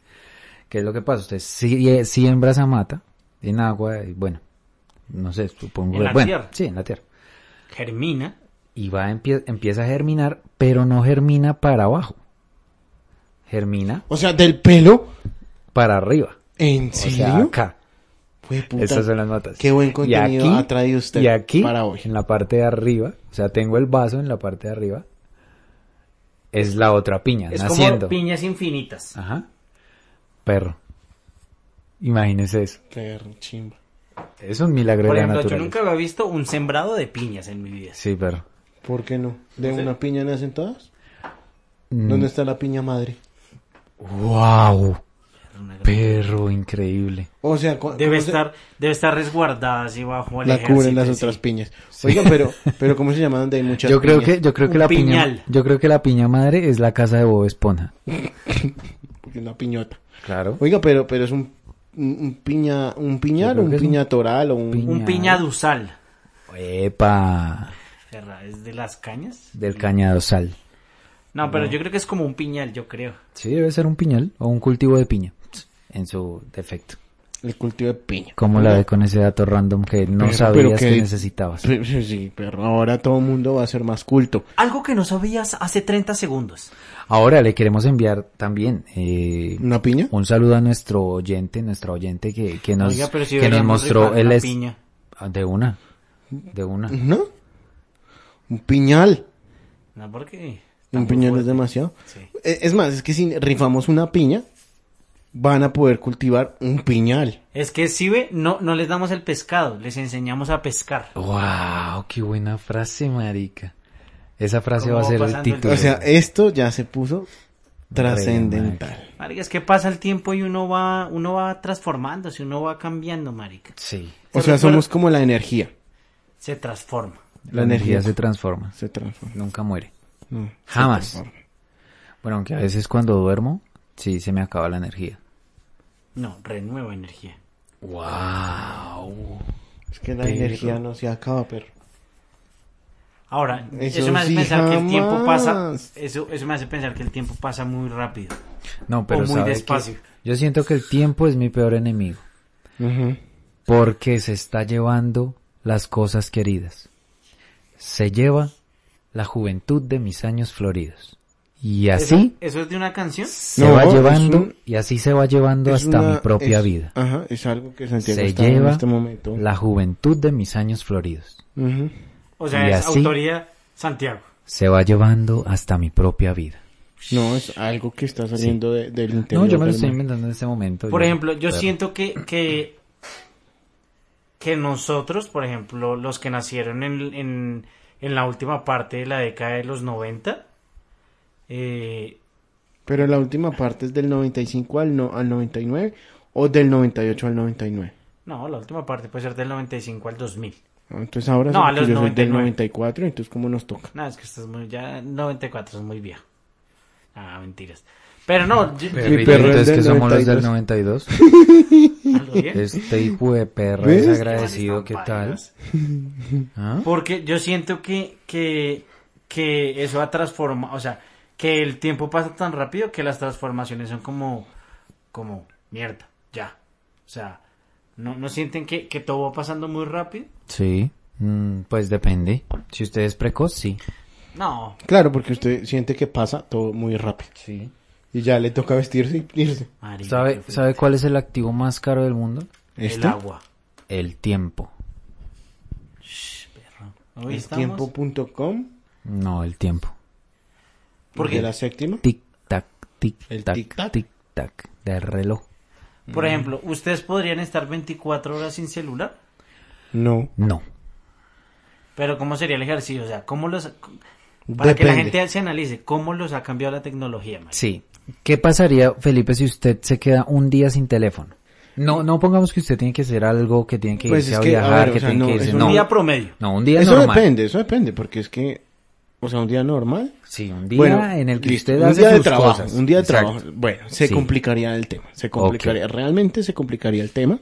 ¿Qué es lo que pasa? Usted sie- siembra esa mata en agua, y bueno, no sé, supongo.
En la
bueno,
tierra.
Sí, en la tierra.
Germina.
Y va, empie- empieza a germinar, pero no germina para abajo. Germina
O sea, del pelo.
para arriba.
¿En
O sea,
serio?
acá.
Fue puta.
Esas son las matas.
Qué buen contenido
Y aquí-
ha traído usted
Y aquí,
para hoy.
en la parte de arriba, o sea, tengo el vaso en la parte de arriba, es la otra piña,
Es
naciendo. Ah,
como piñas infinitas.
Ajá. Perro. Imagínese eso.
Qué chimba.
Es un milagro
Por
de la
ejemplo, yo
naturaleza.
nunca había visto un sembrado de piñas en mi vida.
Sí, perro.
¿Por qué no? ¿De una piña nacen todas?
Mm.
¿Dónde está la piña madre?
¡Wow! Perro, increíble.
O sea, cu-
Debe
¿cómo se-
estar, debe estar resguardada así bajo el
la cubren
ejército,
las
sí.
otras piñas. Oiga, pero, pero ¿cómo se llama donde hay muchas
Yo creo
piñas?
que, yo creo que
Un
la
piñal.
piña, yo creo que la piña madre es la casa de Bob Esponja.
Porque Una piñota.
Claro.
Oiga, pero, pero es un, un, un piña, un piñal
creo
o un
que es un
piñatoral o un...
piña.
Un piñadusal.
Epa,
Ferra, ¿Es de las cañas?
del cañadosal.
No, pero yo creo que es como un piñal, yo creo.
Sí, debe ser un piñal o un cultivo de piña, en su defecto.
El cultivo de piña.
¿Cómo la ve con ese dato random que no
Pero-
sabías
pero
que,
que-
necesitabas?
[laughs] Sí, sí, sí, pero ahora todo el mundo va a ser más culto.
Algo que no sabías hace 30 segundos.
Ahora le queremos enviar también eh,
¿Una piña?
un saludo a nuestro oyente, nuestra oyente que, que nos,
Oiga, pero si
que nos
deberíamos
mostró
rifar
el
una
es-
piña.
Ah, de una, de una.
¿No? Un piñal.
No, porque... está
Un
muy
piñal es
fuerte.
demasiado.
Sí.
E- Es más, es que si rifamos una piña, van a poder cultivar un piñal.
Es que si ve, no, no les damos el pescado, les enseñamos a pescar.
Wow, qué buena frase, marica. Esa frase
¿Cómo
va a
va
ser el
pasando el
título.
O sea, eh, esto ya se puso trascendental.
Marica, es que pasa el tiempo y uno va, uno va transformándose, uno va cambiando, marica.
sí,
O
Se
sea,
recuerda-
somos como la energía.
Se transforma.
La energía
se transforma,
se transforma.
nunca muere.
No, se
Jamás.
transforma.
Bueno, aunque a veces cuando duermo, sí se me acaba la energía.
No, renueva energía.
Wow.
Es que la energía no se acaba, pero
Ahora,
Eso
eso, me hace
sí,
pensar que el tiempo pasa,
jamás.
eso, eso me hace pensar que el tiempo pasa muy rápido.
No, pero
muy
¿sabe qué?
despacio.
Yo siento que el tiempo es mi peor enemigo, porque se está llevando las cosas queridas. Se lleva la juventud de mis años floridos. Y así
¿Eso, eso es de una canción?
se
No,
va
es
llevando
un-
y así se va llevando
Es
hasta
una-
mi propia
es-
vida.
Ajá, es algo que Santiago
Se
está en
lleva
este momento.
la juventud de mis años floridos.
Ujú.
O sea,
Y
es
así.
autoría Santiago.
Se va llevando hasta mi propia vida.
No, es algo que está saliendo de- del interior.
No, yo me lo
del
estoy
mar.
inventando en este momento.
Por
yo-
ejemplo, yo
pero-
siento que, que, que nosotros, por ejemplo, los que nacieron en, en, en la última parte de la década de los 90, eh,
Pero la última parte es del 95 al, no, al 99 o del 98 al 99.
no, la última parte puede ser del 95 al 2000.
Ah, Entonces ahora
No,
sí,
a
porque
los
yo soy del
99.
94, entonces ¿cómo nos toca?
No, es que esto es muy, ya 94 es muy viejo. Ah, mentiras. Pero no, yo-
Mi
Perrito,
perro es
entonces
del
que somos los del 92.
algo bien.
[laughs]
Este hijo de perro
¿Ves?
desagradecido, ¿qué tal? [laughs] ¿Ah?
Porque yo siento que, que, que eso ha transformado, o sea, que el tiempo pasa tan rápido que las transformaciones son como, como, mierda, ya. O sea, ¿no, no sienten que, que todo va pasando muy rápido?
Sí, mm, pues depende. Si usted es precoz, sí.
No,
Claro, porque usted siente que pasa todo muy rápido.
Sí.
Y ya le toca vestirse y irse.
marica,
¿Sabe,
qué feo.
¿Sabe cuál es el activo más caro del mundo?
El
¿Esto?
agua.
El tiempo.
Hoy estamos-
Tiempo.com,
No, el tiempo.
porque la séptima.
Tic tac, tic
El
tac,
tic-tac.
tic tac del reloj.
Por ejemplo, ¿ustedes podrían estar 24 horas sin celular?
No.
No.
Pero ¿cómo sería el ejercicio? O sea, ¿cómo los... Para que la
Depende.
gente se analice, ¿cómo los ha cambiado la tecnología, marica?
Sí. ¿Qué pasaría, Felipe, si usted se queda un día sin teléfono? No, no pongamos que usted tiene que hacer algo, que tiene que
Pues
irse
es
a
que, a
viajar,
ver, o
que
sea,
tiene
no,
que
es
irse...
un
Eh, No,
Un día promedio.
no, un día
Eso
normal.
depende, eso depende, porque es que, o sea, un día normal.
Sí, un día
bueno,
en el que
listo,
usted
un
hace
día de
sus
trabajo,
cosas.
un día de
Exacto.
trabajo. Bueno, se
Sí.
complicaría el tema, se complicaría, realmente se complicaría el tema,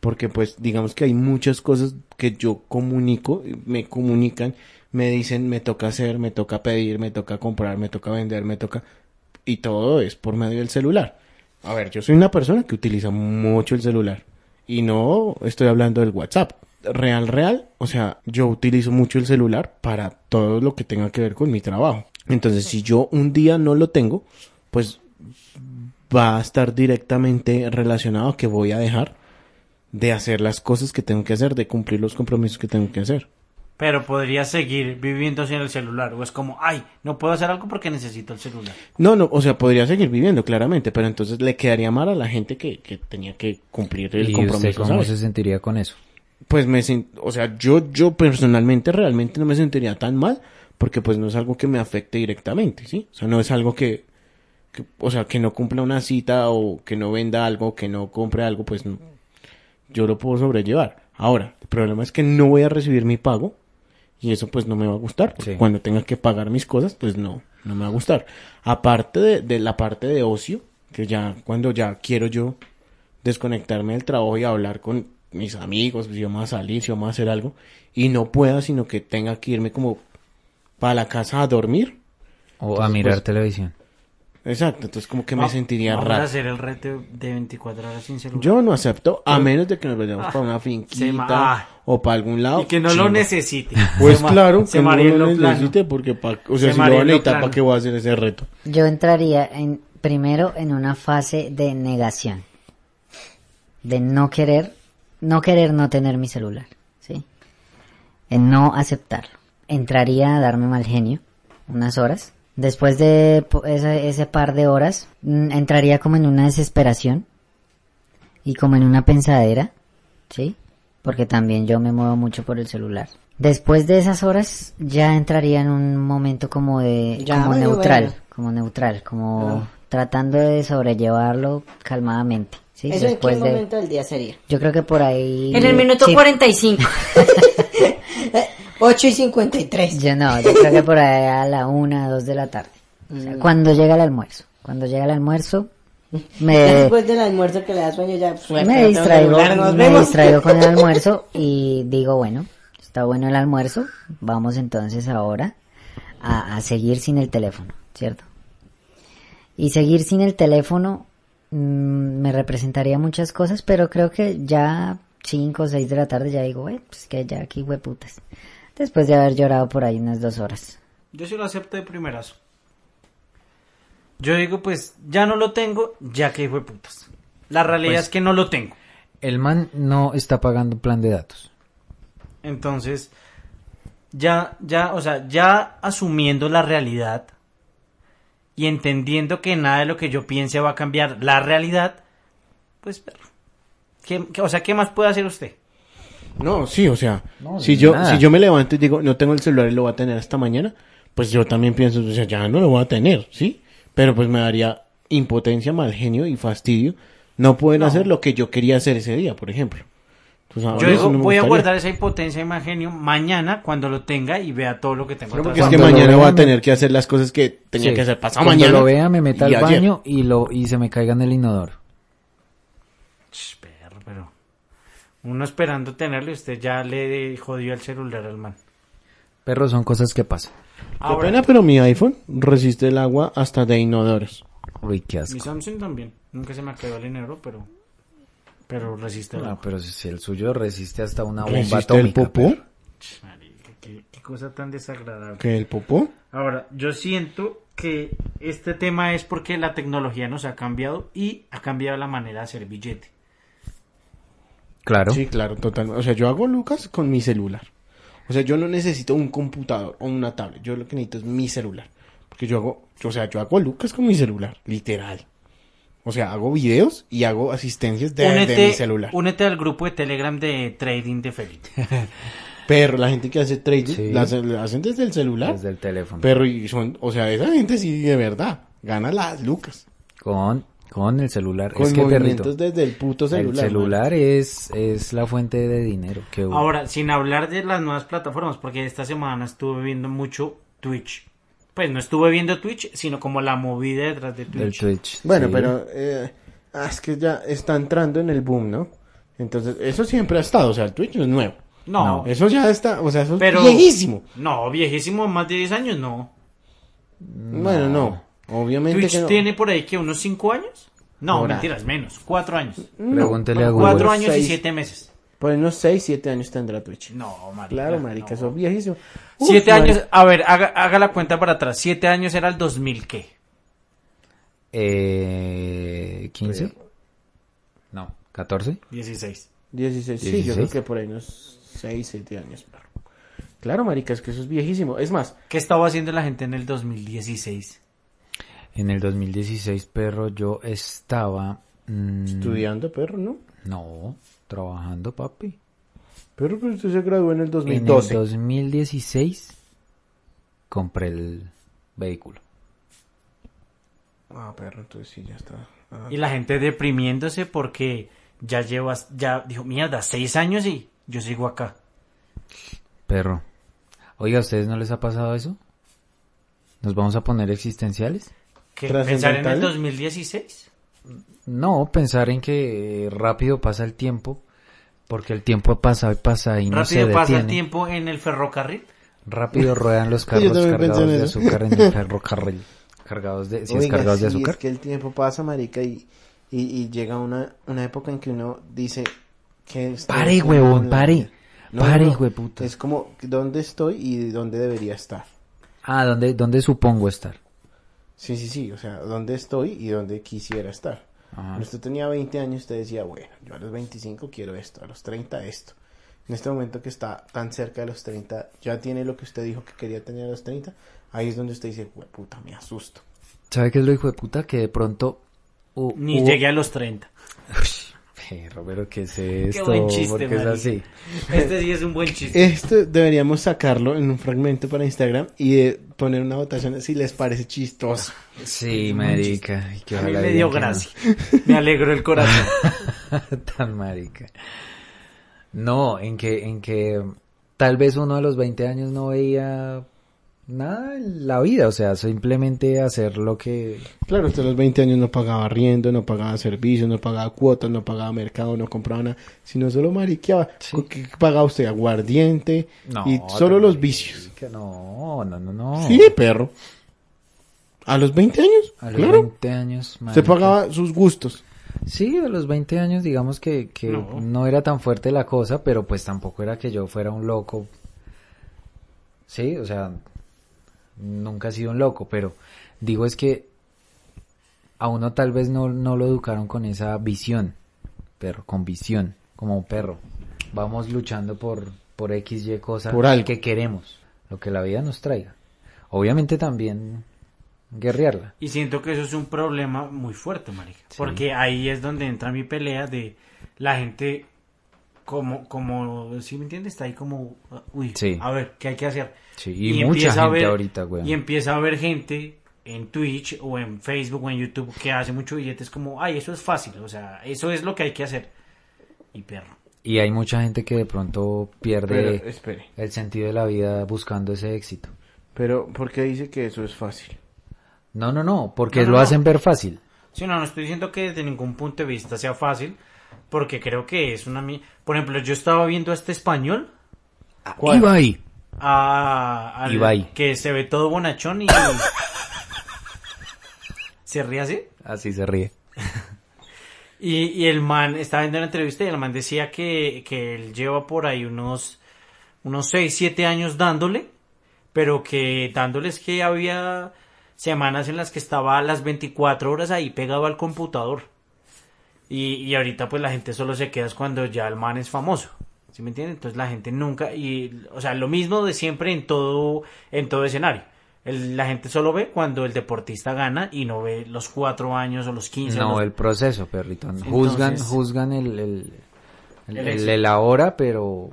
porque pues digamos que hay muchas cosas que yo comunico, me comunican, me dicen, me toca hacer, me toca pedir, me toca comprar, me toca vender, me toca y todo es por medio del celular. A ver, yo soy una persona que utiliza mucho el celular y no estoy hablando del WhatsApp. Real, real, o sea, yo utilizo mucho el celular para todo lo que tenga que ver con mi trabajo. Entonces, si yo un día no lo tengo, pues va a estar directamente relacionado a que voy a dejar de hacer las cosas que tengo que hacer, de cumplir los compromisos que tengo que hacer.
Pero podría seguir viviendo sin el celular. O es como, ay, no puedo hacer algo porque necesito el celular.
No, no, o sea, podría seguir viviendo, claramente, pero entonces le quedaría mal a la gente que, que tenía que cumplir el
¿Y
compromiso.
usted cómo
¿sabes?
se sentiría con eso?
Pues me sin- o sea, yo, yo personalmente realmente no me sentiría tan mal, porque pues no es algo que me afecte directamente, ¿sí? O sea, no es algo que, que- o sea, que no cumpla una cita o que no venda algo, que no compre algo, pues no, yo lo puedo sobrellevar. Ahora, el problema es que no voy a recibir mi pago y eso pues no me va a gustar. porque
Sí.
Cuando tenga que pagar mis cosas, pues no, no me va a gustar. Aparte de, de la parte de ocio, que ya cuando ya quiero yo desconectarme del trabajo y hablar con mis amigos, pues, si vamos a salir, si vamos a hacer algo, y no pueda, sino que tenga que irme como para la casa a dormir.
O
Pues,
a mirar televisión.
Exacto, entonces como que me
Va-
sentiría
vamos a
raro.
hacer el reto de 24 horas sin celular.
Yo no acepto, a menos de que nos vayamos para una finquita
ah.
o para algún lado.
y que no
chimba.
lo necesite.
Pues
Se ma-
claro,
se
que no
maría en
lo
lo plano.
necesite porque pa- o sea, si
Se
lo
maría
van a
en lo
necesitar, ¿para
plano.
qué voy a hacer ese reto?
Yo entraría en, primero en una fase de negación. De no querer, no querer no tener mi celular, ¿sí? En no aceptarlo. Entraría a darme mal genio unas horas. Después de po- ese, ese par de horas, mm, entraría como en una desesperación y como en una pensadera, ¿sí? Porque también yo me muevo mucho por el celular. Después de esas horas ya entraría en un momento como de
Ya,
como
medio
neutral,
bueno.
como neutral, como
Ah.
tratando de sobrellevarlo calmadamente, ¿sí?
¿Eso en qué
Después de
momento del día sería? [laughs]
Yo creo que por ahí
En el minuto
Sí,
45.
8 y 53.
Yo no, yo creo que por ahí a la una, dos de la tarde. O
Mm.
sea, cuando llega el almuerzo. Cuando llega el almuerzo,
[laughs]
me,
Después del almuerzo que le da sueño ya suerte, no
eh, me
tengo
distraigo,
celular, nos
me
vemos.
distraigo con el almuerzo y digo, bueno, está bueno el almuerzo, vamos entonces ahora a, a seguir sin el teléfono, ¿cierto? Y seguir sin el teléfono mm, me representaría muchas cosas, pero creo que ya cinco o seis de la tarde ya digo, "Güey, pues que ya aquí hueputas. Después de haber llorado por ahí unas dos horas.
Yo sí lo acepto de primerazo. Yo digo, pues, ya no lo tengo, ya que hijo de putas. La realidad
Pues-
es que no lo tengo.
El man no está pagando plan de datos.
Entonces, ya, ya, o sea, ya asumiendo la realidad y entendiendo que nada de lo que yo piense va a cambiar la realidad, pues, perro. ¿Qué- qué- o sea, ¿qué más puede hacer usted?
No, sí, o sea,
No,
si yo
nada.
si yo me levanto y digo, no tengo el celular y lo voy a tener hasta mañana, pues yo también pienso, o sea, ya no lo voy a tener, ¿sí? Pero pues me daría impotencia, mal genio y fastidio no poder hacer lo que yo quería hacer ese día, por ejemplo. Entonces, ahora
Yo
eso
digo,
no me
voy a
gustaría.
guardar esa impotencia y mal genio mañana cuando lo tenga y vea todo lo que tengo.
Porque es
atrasado.
que
Cuando lo
mañana voy a
vean-
tener que hacer las cosas que tenía
Sí.
que hacer pasado
Cuando
mañana.
lo vea, me meta
y
al
ayer.
baño y, lo, y se me caiga en el inodoro.
Ch, perro, pero uno esperando tenerlo y usted ya le jodió el celular al man.
Pero son cosas que pasan.
Qué pena, pero mi iPhone resiste el agua hasta de inodoros.
Uy, qué
Mi
asco.
Samsung también. Nunca se me quedó el dinero, pero pero resiste el
No,
agua.
pero si el suyo resiste hasta una bomba
¿Resiste el
atómica. pues.
popó?
perro.
Ch, marica, qué, qué cosa tan desagradable.
¿Que el popó?
Ahora, yo siento que este tema es porque la tecnología nos ha cambiado y ha cambiado la manera de hacer billete.
Claro.
Sí, claro, totalmente. O sea, yo hago Lucas con mi celular. O sea, yo no necesito un computador o una tablet. Yo lo que necesito es mi celular. Porque yo hago, o sea, yo hago Lucas con mi celular, literal. O sea, hago videos y hago asistencias de, de mi celular.
únete al grupo de Telegram de Trading de
[laughs]
Felipe.
Pero la gente que hace trading,
Sí.
la, hace- la hacen desde el celular.
Desde el teléfono.
Pero y son, o sea, esa gente sí de verdad gana las Lucas.
Con, con el celular.
Con
es que perrito.
movimientos desde el puto
El
celular.
celular es, es la fuente de dinero. Que uno-
Ahora, sin hablar de las nuevas plataformas, porque esta semana estuve viendo mucho Twitch. Pues no estuve viendo Twitch, sino como la movida detrás de
del
Twitch.
Twitch.
Bueno,
sí.
pero eh, ah, es que ya está entrando en el boom, ¿no? Entonces, eso siempre ha estado, o sea, el Twitch no es nuevo.
No,
Eso ya está, o sea, eso
pero...
es viejísimo.
No, viejísimo, más de 10 años, no.
Bueno, no. Obviamente
Twitch
que no.
tiene por ahí que unos 5 años. No,
Ahora.
mentiras, menos. 4 años.
Pregúntele a Google.
4 años y
Seis.
7 meses.
Por unos 6, 7 años tendrá Twitch.
No, marica.
Claro, marica,
Ah, no.
eso es viejísimo. Uf,
Siete
marica.
años, a ver, haga, haga la cuenta para atrás. Siete años era el 2000, ¿qué?
Eh, ¿15? No, ¿14?
16.
16, sí, yo
16.
creo que por ahí unos 6, 7 años. perro. Claro, marica, es que eso es viejísimo. Es más,
¿Qué estaba haciendo la gente en el 2016?
En el 2016, perro, yo estaba... mm,
estudiando, perro, ¿no?
No, trabajando, papi.
Pero pues, usted se graduó en el
En el
2012.
2016 compré el vehículo.
Ah, perro, entonces sí, ya está. Ah,
Y la gente deprimiéndose porque ya llevas, ya dijo, mierda, seis años y yo sigo acá.
Perro. Oiga, ¿a ustedes no les ha pasado eso? ¿Nos vamos a poner existenciales?
¿Qué, ¿Pensar en el
¿Trascendental?
2016?
No, pensar en que eh, rápido pasa el tiempo, porque el tiempo pasa y pasa y no
Rápido
se
pasa el
detiene.
tiempo en el ferrocarril.
[laughs]
Rápido ruedan los
Yo
carros
también pensé
cargados
en
de
eso.
azúcar
[laughs]
en el ferrocarril. Cargados de, si es
Oiga,
cargados de
sí,
azúcar.
Es que el tiempo pasa, marica, y, y, y llega una, una época en que uno dice que
Pare, huevón, pare. Pare, hueputa.
hueputa. Es como dónde estoy y dónde debería estar.
Ah, ¿dónde, ¿dónde supongo estar?
Sí, sí, sí, o sea, dónde estoy y dónde quisiera estar.
Ajá.
Cuando usted tenía 20 años, usted decía, bueno, yo a los 25 quiero esto, a los 30 esto. En este momento que está tan cerca de los 30, ya tiene lo que usted dijo que quería tener a los 30, ahí es donde usted dice, hueputa, me asusto.
¿Sabe qué es lo hijo de puta? Que de pronto... hu-
Ni
hubo-
llegué a los 30.
Perro, pero ¿qué es esto?
buen chiste,
¿Por qué es
marica.
así?
Este sí es un buen chiste.
Esto Este deberíamos sacarlo en un fragmento para Instagram y eh, poner una votación si les parece chistoso.
Sí, marica. ay, que
A mí
ojalá
me
digan
dio
que no. [laughs]
gracia. Me alegró el corazón.
Tan marica. No, en que, en que tal vez uno a los 20 años no veía nada en la vida, o sea, simplemente hacer lo que...
Claro, usted a los 20 años no pagaba riendo, no pagaba servicios, no pagaba cuotas, no pagaba mercado, no compraba nada, sino solo mariqueaba. ¿Con ¿Qué pagaba usted? Aguardiente
No,
y
tan
solo los
marica,
vicios.
No, no, no, no.
Sí, perro. ¿A los 20 años?
A los
claro.
20 años,
Usted
marica.
pagaba sus gustos.
Sí, a los 20 años digamos que, que no. era tan fuerte la cosa, pero pues tampoco era que yo fuera un loco. Sí, o sea, nunca he sido un loco, pero digo es que a uno tal vez no, no lo educaron con esa visión, pero con visión, como un perro. Vamos luchando por, por X, Y cosas
Por algo.
que queremos, lo que la vida nos traiga. Obviamente también guerrearla.
Y siento que eso es un problema muy fuerte, marica. Porque ahí es donde entra mi pelea de la gente como, como, ¿sí me entiendes? Está ahí como, uy,
Sí.
a ver, ¿qué hay que hacer?
Sí, y mucha
empieza a
gente ahorita, weón.
Y empieza a haber gente en Twitch o en Facebook o en YouTube que hace mucho billete. Es como, ay, eso es fácil, o sea, eso es lo que hay que hacer. Y perro.
Y hay mucha gente que de pronto pierde...
Pero, espere.
el sentido de la vida buscando ese éxito.
Pero, ¿por qué dice que eso es fácil?
No, no, no, porque
No, no,
lo
no.
hacen ver fácil.
Sí, no, no estoy diciendo que desde ningún punto de vista sea fácil, porque creo que es una... mi- Por ejemplo, yo estaba viendo a este español,
Ah,
¿Cuál?
Ibai.
a, al
Ibai.
que se ve todo bonachón y... ¿Se ríe así?
Así se ríe.
Y, y el man, estaba viendo la entrevista y el man decía que, que él lleva por ahí unos, unos 6, 7 años dándole, pero que dándoles que había semanas en las que estaba a las 24 horas ahí pegado al computador. Y, y ahorita pues la gente solo se queda es cuando ya el man es famoso. ¿Sí me entienden? Entonces la gente nunca, y, o sea, lo mismo de siempre en todo, en todo escenario. El- la gente solo ve cuando el deportista gana y no ve los cuatro años o los 15 o
No,
los
el proceso, perrito. juzgan,
Entonces-
juzgan el, el, el,
El
el-
éxito.
el ahora, pero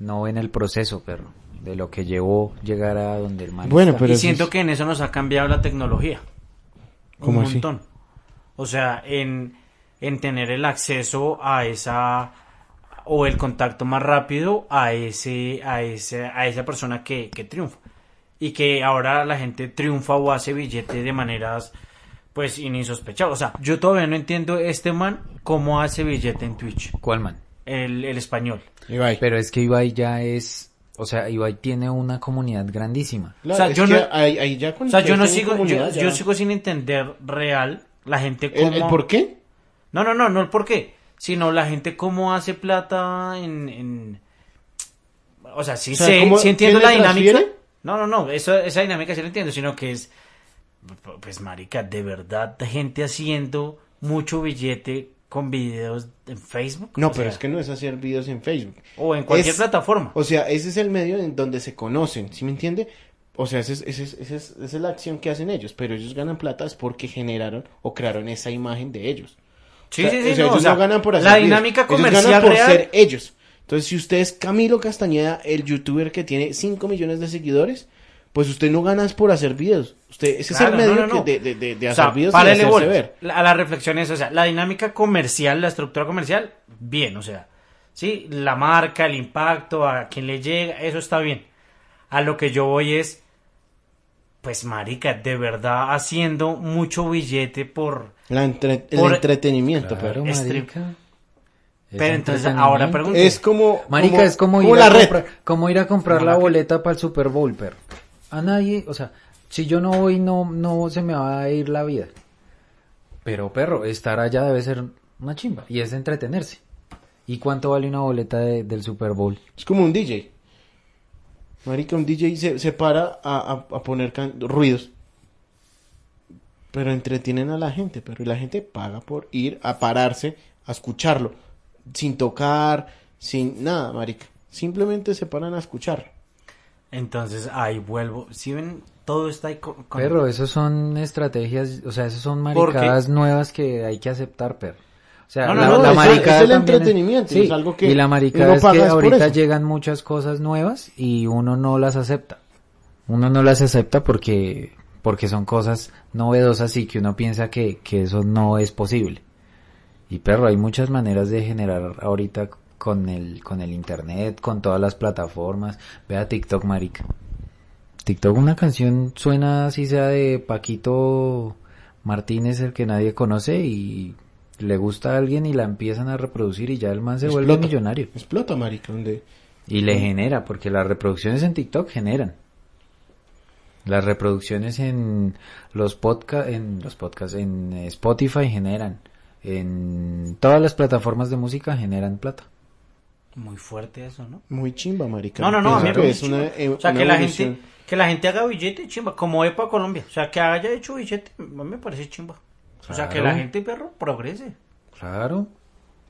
no ven el proceso, perro. De lo que llevó llegar a donde el man
Bueno, pues,
está.
pero
y
eso
siento
es-
que en eso nos ha cambiado la tecnología.
¿Cómo
un
así?
montón. O sea, en, en tener el acceso a esa o el contacto más rápido a ese a ese a esa persona que, que triunfa y que ahora la gente triunfa o hace billete de maneras pues insospechadas. O sea, yo todavía no entiendo este man cómo hace billete en Twitch,
¿Cuál man?
el, el español.
Ibai.
Pero es que Ibai ya es O sea, Ibai tiene una comunidad grandísima.
Claro,
sea,
es
yo
que
no-
ahí- ahí ya
O
cuando
sea, yo no
ustedes tienen
sigo, yo,
Pues comunidad, ya-
yo sigo sin entender real la gente
¿El-
cómo...
¿El por qué?
No, no, no, no el por qué, sino la gente cómo hace plata en... en- O sea, sí,
O sea,
sé,
¿cómo-
sí entiendo
quién
la
le
dinámica.
transfiere?
No, no, no, eso, esa dinámica sí la entiendo, sino que es... Pues, marica, de verdad, gente haciendo mucho billete con videos en Facebook.
No,
o
pero
sea,
es que no es hacer videos en Facebook.
O en cualquier
Es-
plataforma.
O sea, ese es el medio en donde se conocen, ¿sí me entiende? O sea, ese es- ese es- ese es- esa es la acción que hacen ellos, pero ellos ganan plata es porque generaron o crearon esa imagen de ellos.
Sí,
O sea,
sí, sí,
o sea,
no,
ellos
o sea,
no ganan por hacer
La
videos,
dinámica
ellos
comercial
ganan por
real.
ser ellos. Entonces, si usted es Camilo Castañeda, el youtuber que tiene 5 millones de seguidores, pues usted no gana es por hacer videos. Usted, ese es
Claro, no,
el medio
no, no.
que- de, de- de- de
O
hacer
sea,
videos y de
párale
hacerse
bolas.
ver.
La- A la reflexión es, o sea, la dinámica comercial, la estructura comercial, bien, o sea, sí, la marca, el impacto, a quien le llega, eso está bien. A lo que yo voy es, pues marica, de verdad haciendo mucho billete por...
La entre- el
Por-
entretenimiento,
Claro,
pero. eh,
Stream.
marica. Es
Pero entonces, ahora
entretenimiento.
pregunto.
Es como.
Marica, es como ir,
la
a
red.
comprar, como ir a comprar la boleta para el Super Bowl, pero a nadie, o sea, si yo no voy, no, no se me va a ir la vida. Pero, perro, estar allá debe ser una chimba y es entretenerse. ¿Y cuánto vale una boleta de- del Super Bowl?
Es como un DJ. Marica, un DJ se, se para a, a- a poner can- ruidos. Pero entretienen a la gente, pero y la gente paga por ir a pararse a escucharlo. Sin tocar, sin nada, marica. Simplemente se paran a escuchar.
Entonces, ahí vuelvo. Si ven, todo está ahí co- con-
Perro, esos son estrategias, o sea, esos son
¿Por qué?
maricadas nuevas que hay que aceptar, perro. O sea,
No, no,
la,
no,
la
es-
maricada
es el
también
entretenimiento, es algo que
y la
uno
maricada es
paga
que
es por
ahorita
eso.
llegan muchas cosas nuevas y uno no las acepta. Uno no las acepta porque porque son cosas novedosas y que uno piensa que, que eso no es posible. Y perro, hay muchas maneras de generar ahorita con el con el internet, con todas las plataformas. Vea TikTok, marica. TikTok una canción suena así sea de Paquito Martínez, el que nadie conoce y le gusta a alguien y la empiezan a reproducir y ya el man se vuelve
Explota.
millonario.
Explota, marica. Donde...
Y le genera, porque las reproducciones en TikTok generan. Las reproducciones en los podcast, en los podcasts, en Spotify generan. En todas las plataformas de música generan plata.
Muy fuerte eso, ¿no?
Muy chimba, marica.
No, no, no, a mí
Pienso
me
que
parece
es una,
chimba.
eh,
O sea,
una
que la,
evolución.
gente, que la gente haga billete, chimba, como EPA Colombia. O sea, que haya hecho billete, a mí me parece chimba. O sea, que la
Claro.
gente, perro, progrese.
Claro.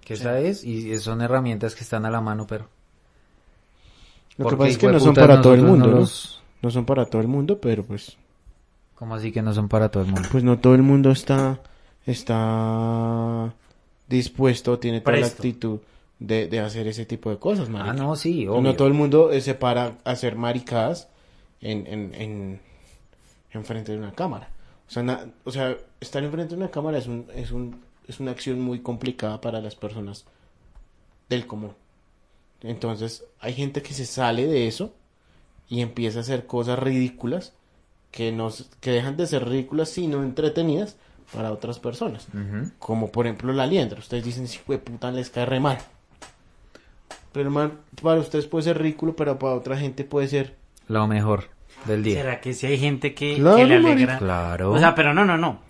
Que esa es, y son herramientas que están a la mano, pero.
Lo que
Porque,
pasa es que no
hijueputa,
son para todo el
nosotros
mundo,
no
¿no?
los-
No son para todo el mundo, pero pues...
¿Cómo así que no son para todo el mundo?
pues no todo el mundo está está dispuesto, tiene toda la
Presto.
actitud de, de hacer ese tipo de cosas, marica.
Ah, no, sí,
No
obvio.
todo el mundo eh, se para a hacer maricadas en, en, en, en frente de una cámara. O sea, na- o sea, estar enfrente de una cámara es, un, es, un, es una acción muy complicada para las personas del común. Entonces, hay gente que se sale de eso y empieza a hacer cosas ridículas que, nos, que dejan de ser ridículas sino entretenidas para otras personas.
Ujú.
Como por ejemplo la liendra. Ustedes dicen, si de puta les cae re mal. Pero man, para ustedes puede ser ridículo, pero para otra gente puede ser...
Lo mejor del día.
¿Será que si hay gente que,
Claro,
que le alegra?
marica.
Claro.
O sea, pero no, no, no.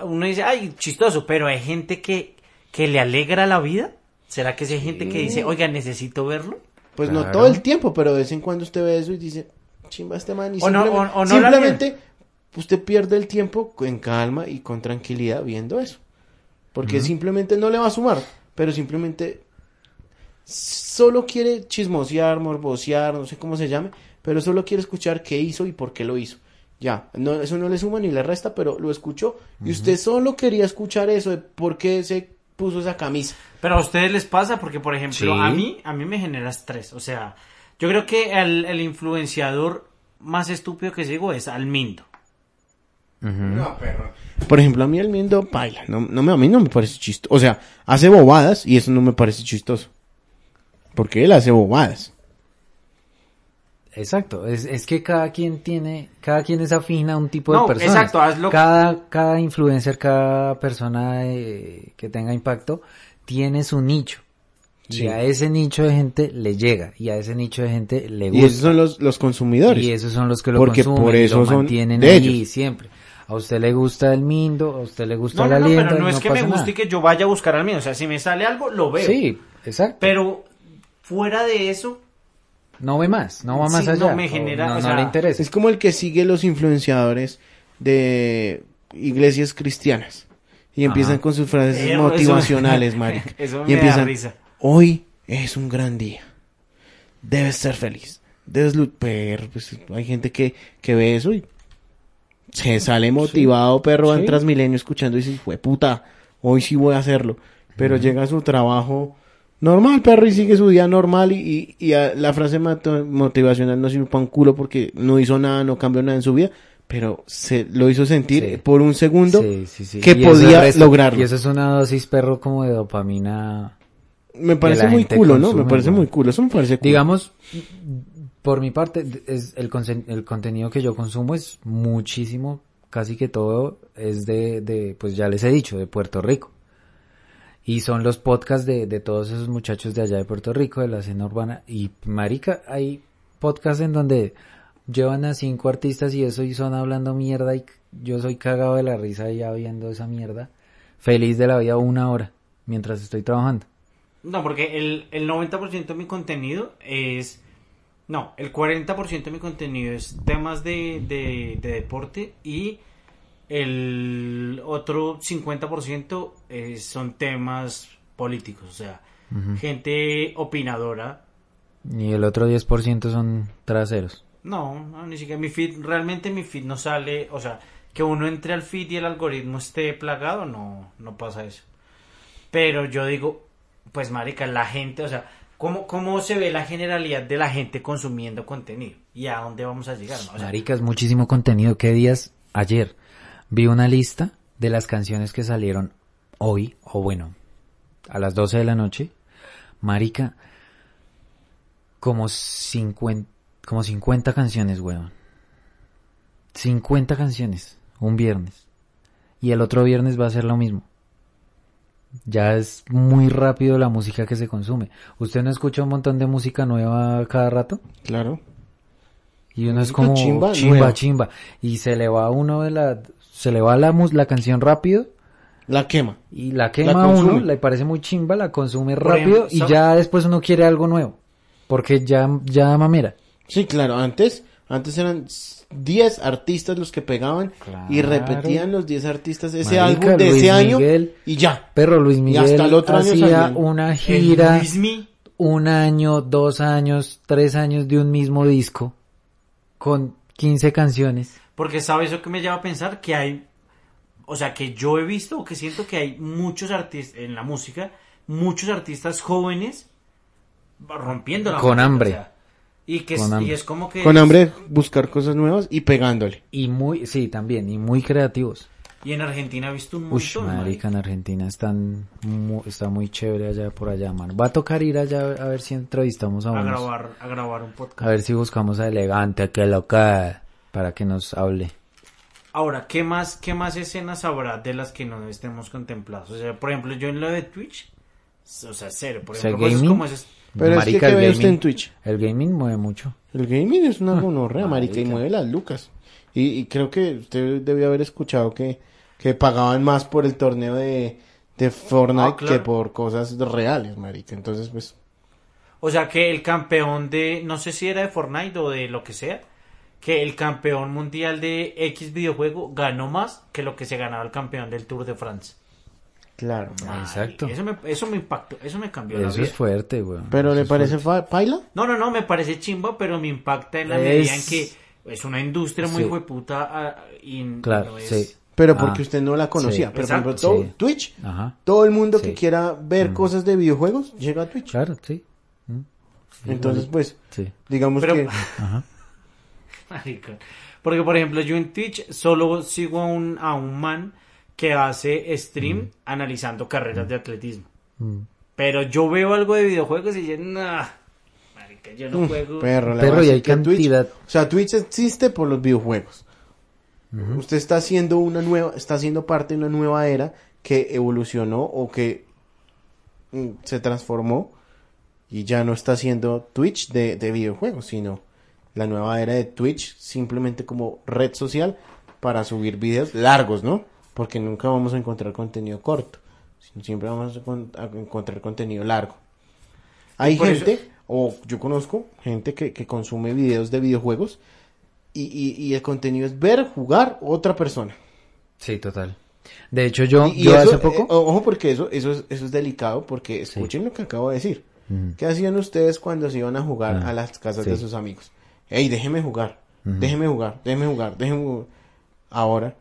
Uno dice, ay, chistoso, pero hay gente que, que le alegra la vida. ¿Será que si hay gente que dice, oiga, necesito verlo?
Pues no
Claro.
todo el tiempo, pero de vez en cuando usted ve eso y dice, chimba este man. Y
O no-
simplemente,
o- o no la
simplemente usted pierde el tiempo en calma y con tranquilidad viendo eso. Porque simplemente no le va a sumar, pero simplemente solo quiere chismosear, morbosear, no sé cómo se llame, pero solo quiere escuchar qué hizo y por qué lo hizo. Ya, no, eso no le suma ni le resta, pero lo escuchó y usted solo quería escuchar eso de por qué se puso esa camisa.
Pero a ustedes les pasa porque, por ejemplo,
Sí.
a mí, a mí me genera estrés. O sea, yo creo que el, el influenciador más estúpido que sigo es Almindo.
Por ejemplo, a mí el Mindo baila, no, no me, a mí no me parece chistoso. O sea, hace bobadas y eso no me parece chistoso. Porque él hace bobadas.
Exacto, es, es que cada quien tiene, cada quien es afín a un tipo
No,
de persona.
exacto, hazlo-
Cada, cada influencer, cada persona eh, que tenga impacto tiene su nicho.
Sí.
Y a ese nicho de gente le llega. Y a ese nicho de gente le
Y esos
gusta.
son los, los consumidores.
Y esos son los que lo
Porque
consumen.
por eso
lo
son
mantienen
de
ahí
ellos.
siempre. A usted le gusta el Mindo, a usted le gusta
No,
la
no, no,
Lienda.
pero no es que me
pasa
guste
nada.
y que yo vaya a buscar al mío. O sea, si me sale algo, lo veo.
Sí, exacto.
Pero fuera de eso,
no ve más, no va más
Sí, no
allá.
me
o
genera-
no,
o
no
sea,
le interesa.
Es como el que sigue los influenciadores de iglesias cristianas. Y empiezan
Ajá.
con sus frases
Eso- eso-
motivacionales, marica.
eso me
y
da
empiezan,
risa.
hoy es un gran día. Debes ser feliz. Debes luchar. Pues, hay gente que, que ve eso y se sale motivado, perro, va en
Sí.
Transmilenio escuchando y dice, fue puta, hoy sí voy a hacerlo. Pero llega a su trabajo normal, perro, y sigue su día normal y, y- y a- la frase mato- motivacional no sirve para un culo porque no hizo nada, no cambió nada en su vida, pero se lo hizo sentir
Sí.
por un segundo
Sí, sí, sí.
que
Y eso
podía
resta-
lograrlo.
Y eso es una dosis perro como de dopamina.
Me parece
la
muy
gente
culo, ¿no?
consume,
Me parece
güey.
muy culo, eso me parece culo.
Digamos, por mi parte, es el, consen- el contenido que yo consumo es muchísimo, casi que todo es de, de, pues ya les he dicho, de Puerto Rico. Y son los podcasts de, de todos esos muchachos de allá de Puerto Rico, de la escena urbana. Y marica, hay podcasts en donde llevan a cinco artistas y eso y son hablando mierda y c- yo soy cagado de la risa ya viendo esa mierda. Feliz de la vida una hora mientras estoy trabajando.
No, porque el, el 90% de mi contenido es... No, el 40% de mi contenido es temas de, de, de deporte y el otro 50% es- eh, son temas políticos, o sea, gente opinadora.
Y el otro 10% son traseros.
No, no, ni siquiera mi feed, realmente mi feed no sale, o sea, que uno entre al feed y el algoritmo esté plagado, no, no pasa eso. Pero yo digo, pues marica, la gente, o sea, ¿cómo, cómo se ve la generalidad de la gente consumiendo contenido? ¿Y a dónde vamos a llegar? no? O sea,
Maricas, muchísimo contenido. ¿Qué días? Ayer vi una lista de las canciones que salieron hoy, o bueno, a las 12 de la noche. Marica, como 50, como 50 canciones, weón. 50 canciones, un viernes. Y el otro viernes va a ser lo mismo. Ya es muy rápido la música que se consume. ¿Usted no escucha un montón de música nueva cada rato?
Claro.
Y uno es
Música
como
chimba,
chimba, chimba,
nueva.
Y se le va a uno de la, se le va la, mus- la canción rápido
La quema.
y la quema
La
a uno,
consume.
le parece muy chimba, la consume
Por
rápido
ejemplo,
y
¿sabe?
ya después uno quiere algo nuevo. Porque ya, ya da mamera.
Sí, claro, antes, antes eran 10 artistas los que pegaban y
Claro.
repetían los 10 artistas ese
Marica,
álbum de
Luis
ese año
Miguel.
y ya.
Pero Luis Miguel
hasta el otro año
hacía
salían.
una
el
gira,
Luismi,
un año, dos años, tres años de un mismo disco con 15 canciones.
porque sabe eso que me lleva a pensar que hay, o sea, que yo he visto o que siento que hay muchos artistas en la música, muchos artistas jóvenes rompiendo la
Con
música,
hambre.
o sea, y que
Con
es, y
hambre.
es como que
Con hambre de buscar cosas nuevas y pegándole.
Y muy, sí, también, y muy creativos.
Y en Argentina he visto un
Uy,
montón.
marica,
marica.
en Argentina están mu- está muy chévere allá por allá, man. Va a tocar ir allá a ver si entrevistamos a
A
unos.
grabar, a grabar un podcast.
A ver si buscamos a Elegante, que loca, para que nos hable.
Ahora, ¿qué más, ¿qué más escenas habrá de las que no estemos contemplados? O sea, por ejemplo, yo en lo de Twitch, o sea, cero. Por
O sea,
ejemplo, cosas
gaming.
como esas.
Pero es que, ¿qué
el
ve usted
gaming-
en Twitch?
El gaming mueve mucho.
El gaming es
Ah,
una gonorrea, marica, y mueve las lucas. Y, y creo que usted debió haber escuchado que, que pagaban más por el torneo de, de Fortnite
Ah, claro.
que por cosas reales, marica. Entonces, pues,
O sea, que el campeón de, no sé si era de Fortnite o de lo que sea, que el campeón mundial de X videojuego ganó más que lo que se ganaba el campeón del Tour de France.
claro.
Ah, Exacto.
Eso me, eso me impactó, eso me cambió la
Eso
vida.
es fuerte, weón.
Pero
Eso
le
es
parece fa- paila.
No, no, no, me parece chimba, pero me impacta en la
Es-
medida en que es una industria muy
Sí.
hueputa ah, y
Claro,
no
sí.
es...
Pero porque
Ah,
usted no la conocía.
sí.
Pero por ejemplo,
Exacto,
todo-
sí.
Twitch,
Ajá.
todo el mundo que
Sí. Mm.
quiera ver cosas de videojuegos llega a Twitch.
Claro, sí. Mm,
Entonces, pues,
Sí.
digamos
Pero-
que [laughs]
Marica. Porque, por ejemplo, yo en Twitch solo sigo a un, a un man que hace
Mm.
stream analizando carreras de atletismo. Pero yo veo algo de videojuegos y yo, nah, marica, yo no juego.
perro, la
Perro,
verdad
y
es
hay
que Twitch-
cantidad.
o sea, Twitch existe por los videojuegos. Usted está haciendo una nueva, está haciendo parte de una nueva era que evolucionó o que mm, se transformó y ya no está haciendo Twitch de, de videojuegos, sino la nueva era de Twitch simplemente como red social para subir videos largos, ¿no? Porque nunca vamos a encontrar contenido corto, sino siempre vamos a, con- a encontrar contenido largo. Hay
Por eso-
gente, o yo conozco gente que, que consume videos de videojuegos y, y- y el contenido es ver jugar otra persona.
Sí, total. De hecho, yo,
Y- y
yo
eso,
hace poco...
eh, o- ojo porque eso, eso, es, eso es delicado porque escuchen lo que acabo de decir. ¿Qué hacían ustedes cuando se iban a jugar
Ah,
a las casas
sí.
de sus amigos? Ey, déjeme jugar,
Ujú.
déjeme jugar, déjeme jugar, déjeme jugar. Ahora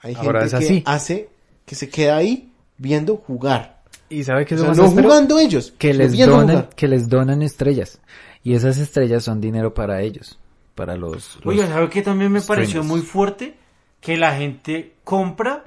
hay
Ahora
gente
es
que
así.
hace que se queda ahí viendo jugar.
y sabe que
O sea, no jugando ellos,
que
sino
les
viendo
donan
jugar.
que les donan estrellas y esas estrellas son dinero para ellos para los, los-
Oye, ¿sabes qué también me pareció
streamers.
muy fuerte? Que la gente compra...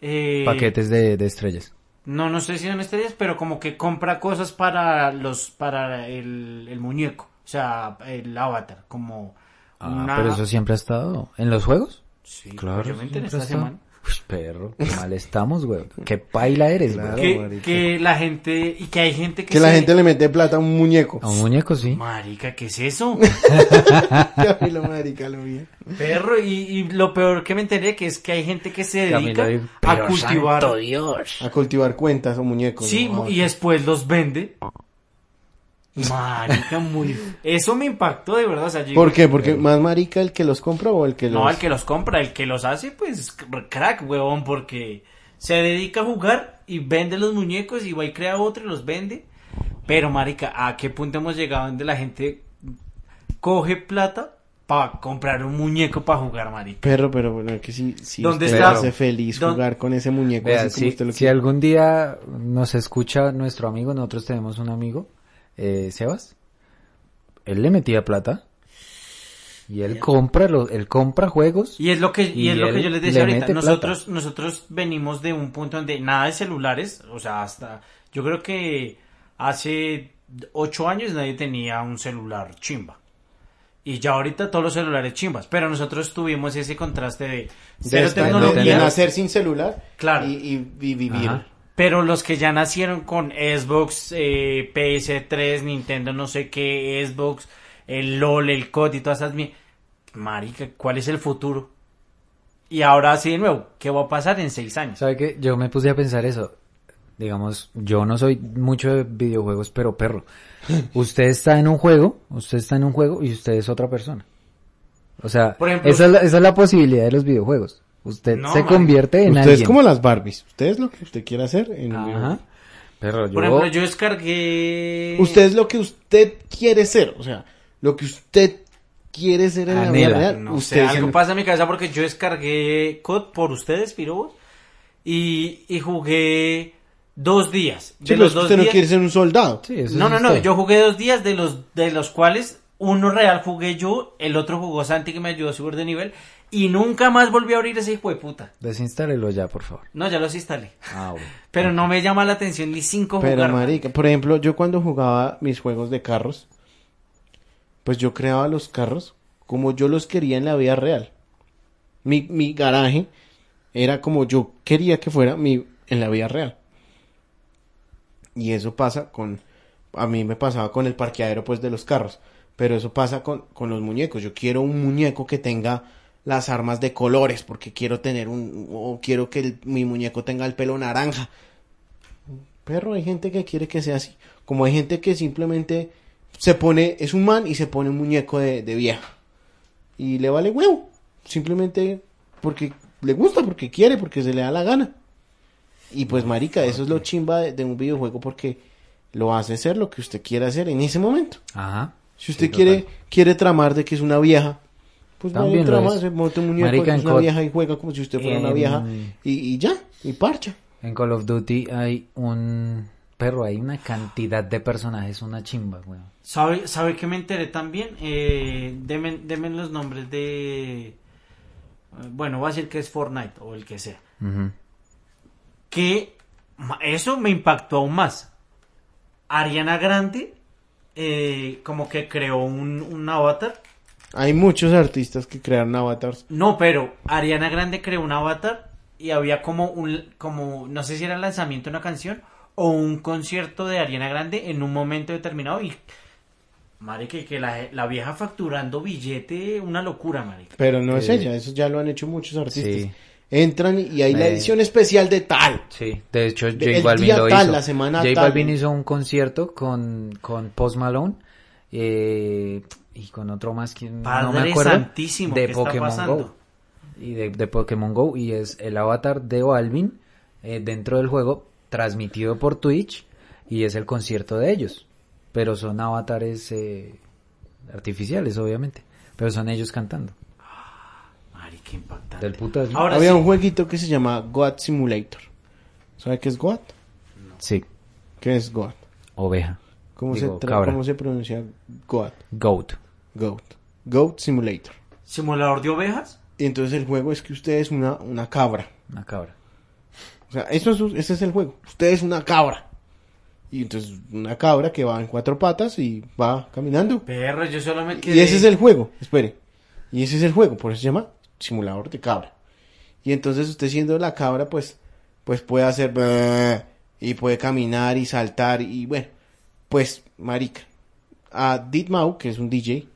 eh,
paquetes de, de estrellas
No, no sé si eran estrellas, pero como que compra cosas para los, para el, el muñeco, o sea, el avatar, como
Ah,
una-
pero eso siempre ha estado en los juegos
Sí, pues
claro
yo me
siempre ha
enteré esta
estado.
semana.
Uy, perro qué mal estamos güey qué paila eres güey.
Claro.
Que,
marica.
que la gente, y que hay gente que,
Que la
se-
gente le mete plata a un muñeco. [laughs]
a un muñeco sí
Marica, ¿qué es eso?
Ya vi la marica, lo vi.
Perro, y, y lo peor que me enteré que es que hay gente que se
Camilo
dedica
dijo,
a cultivar.
A cultivar cuentas o muñecos.
Sí,
¿no?
y después los vende. Marica,
[laughs]
muy. Eso me impactó de verdad. O sea, yo digo,
¿Por qué? Porque más marica el que los compra o el que los...
No, el que los compra, el que los hace, pues crack, huevón, porque se dedica a jugar y vende los muñecos y va y crea otro y los vende. Pero, marica, ¿a qué punto hemos llegado donde la gente coge plata para comprar un muñeco para jugar, marica?
Perro, pero bueno, que si, si
¿Dónde
usted
está?
hace feliz
¿Dónde-
jugar con ese muñeco
Vea,
así como
si,
usted lo
si
quiere.
algún día nos escucha nuestro amigo nosotros tenemos un amigo eh, Sebas él le metía plata y él compra los él compra juegos
Y es lo que, y
Pues, Y
es lo que
él
yo les decía
le
ahorita.
mete plata.
Nosotros, nosotros venimos de un punto donde nada de celulares, o sea, hasta, yo creo que hace ocho años nadie tenía un celular chimba. Y ya ahorita todos los celulares chimbas. Pero nosotros tuvimos ese contraste de cero
De- de- de,
tecnología.
nacer sin celular
Claro.
y, y- y vivir.
Ajá.
Pero los que ya nacieron con Xbox, eh, PS3, Nintendo, no sé qué, Xbox, el LOL, el COD y todas esas... mi- Marica, ¿cuál es el futuro? Y ahora sí, de nuevo, ¿qué va a pasar en seis años?
¿Sabe qué? Yo me puse a pensar eso. Digamos, yo no soy mucho de videojuegos, pero
[laughs]
perro. Usted está en un juego, usted está en un juego y usted es otra persona. O sea,
Por ejemplo,
esa, es la, esa es la posibilidad de los videojuegos. Usted
No,
se
marica.
convierte en
Usted
alguien.
es como las Barbies. Usted es lo que usted quiera hacer. En un
Ajá. Perro, yo...
Por ejemplo, yo descargué...
video. Usted es lo que usted quiere ser. O sea, lo que usted quiere ser en la vida
Anhela.
real.
No
usted
sé,
es
algo
el-
pasa en mi cabeza porque yo descargué COD por ustedes, pirobos, y, y jugué dos días.
Sí,
De
pero
los dos
usted no
días-
quiere ser un soldado.
Sí, eso
No,
es
no, no,
usted.
yo jugué dos días de los, de los cuales uno real jugué yo, el otro jugó Santi que me ayudó a subir de nivel y nunca más volví a abrir ese hijo de puta.
Desinstálelo ya, por favor.
No, ya los instalé.
Ah, bueno.
Pero no me llama la atención ni cinco
Pero
jugar.
marica, por ejemplo, yo cuando jugaba mis juegos de carros, pues yo creaba los carros como yo los quería en la vida real. Mi, mi garaje era como yo quería que fuera mi, en la vida real. Y eso pasa con, a mí me pasaba con el parqueadero pues de los carros, pero eso pasa con, con los muñecos. Yo quiero un muñeco que tenga las armas de colores porque quiero tener un, o quiero que el- mi muñeco tenga el pelo naranja. Perro, hay gente que quiere que sea así. Como hay gente que simplemente se pone, es un man y se pone un muñeco de, de vieja. Y le vale huevo. Simplemente porque le gusta, porque quiere, porque se le da la gana. Y pues, marica, eso es lo chimba de, de un videojuego porque lo hace ser lo que usted quiera hacer en ese momento.
Ajá.
Si usted
Sí,
quiere,
total.
quiere tramar de que es una vieja, pues vale,
También lo
trama,
es.
se monta un muñeco
Marica,
que es
en
una
COD.
vieja y juega como si usted fuera una
Em,
vieja y, y ya, y parcha.
En Call of Duty hay un... Perro, hay una cantidad de personajes, una chimba, güey.
¿Sabe, sabe que me enteré también? Eh, deme, deme los nombres de... eh, Bueno, voy a decir que es Fortnite o el que sea.
Ujú.
que ma- eso me impactó aún más. Ariana Grande eh, como que creó un, un avatar.
Hay muchos artistas que crearon avatars
No, pero Ariana Grande creó un avatar y había como un, como, no sé si era el lanzamiento de una canción o un concierto de Ariana Grande en un momento determinado y marica y que la, la vieja facturando billete una locura marica
Pero no es
Sí.
ella, eso ya lo han hecho muchos artistas.
Eh, Sí.
Entran y hay la
Me-
edición especial de tal.
Sí, de hecho
De-
J
el
Balvin
día
lo
tal,
hizo.
la semana
J
tal.
Balvin hizo un concierto con, con Post Malone eh, y con otro más que no
Padre
me acuerdo.
santísimo,
de
¿qué está
Pokémon
pasando?
Go. Y de, de Pokémon Go y es el avatar de Balvin eh, dentro del juego transmitido por Twitch y es el concierto de ellos. Pero son avatares eh, artificiales, obviamente. Pero son ellos cantando.
marica impactante
Del putas. ¿no?
ahora
Había
sí,
un jueguito que se llama Goat Simulator. ¿Sabe qué es Goat?
Sí,
¿Qué es Goat?
oveja.
¿Cómo,
Digo,
se, tra-
cabra.
¿Cómo se pronuncia Goat?
Goat.
Goat. Goat Simulator.
simulador de ovejas
Y entonces el juego es que usted es una, una cabra.
Una cabra.
O sea, eso es, ese es el juego. Usted es una cabra. Y entonces una cabra que va en cuatro patas y va caminando.
perro yo solo me quedé
Y ese es el juego, espere. Y ese es el juego, por eso se llama simulador de cabra. Y entonces usted siendo la cabra, pues, pues puede hacer brrr, y puede caminar y saltar y bueno, pues marica. A Deadmau, que es un DJ,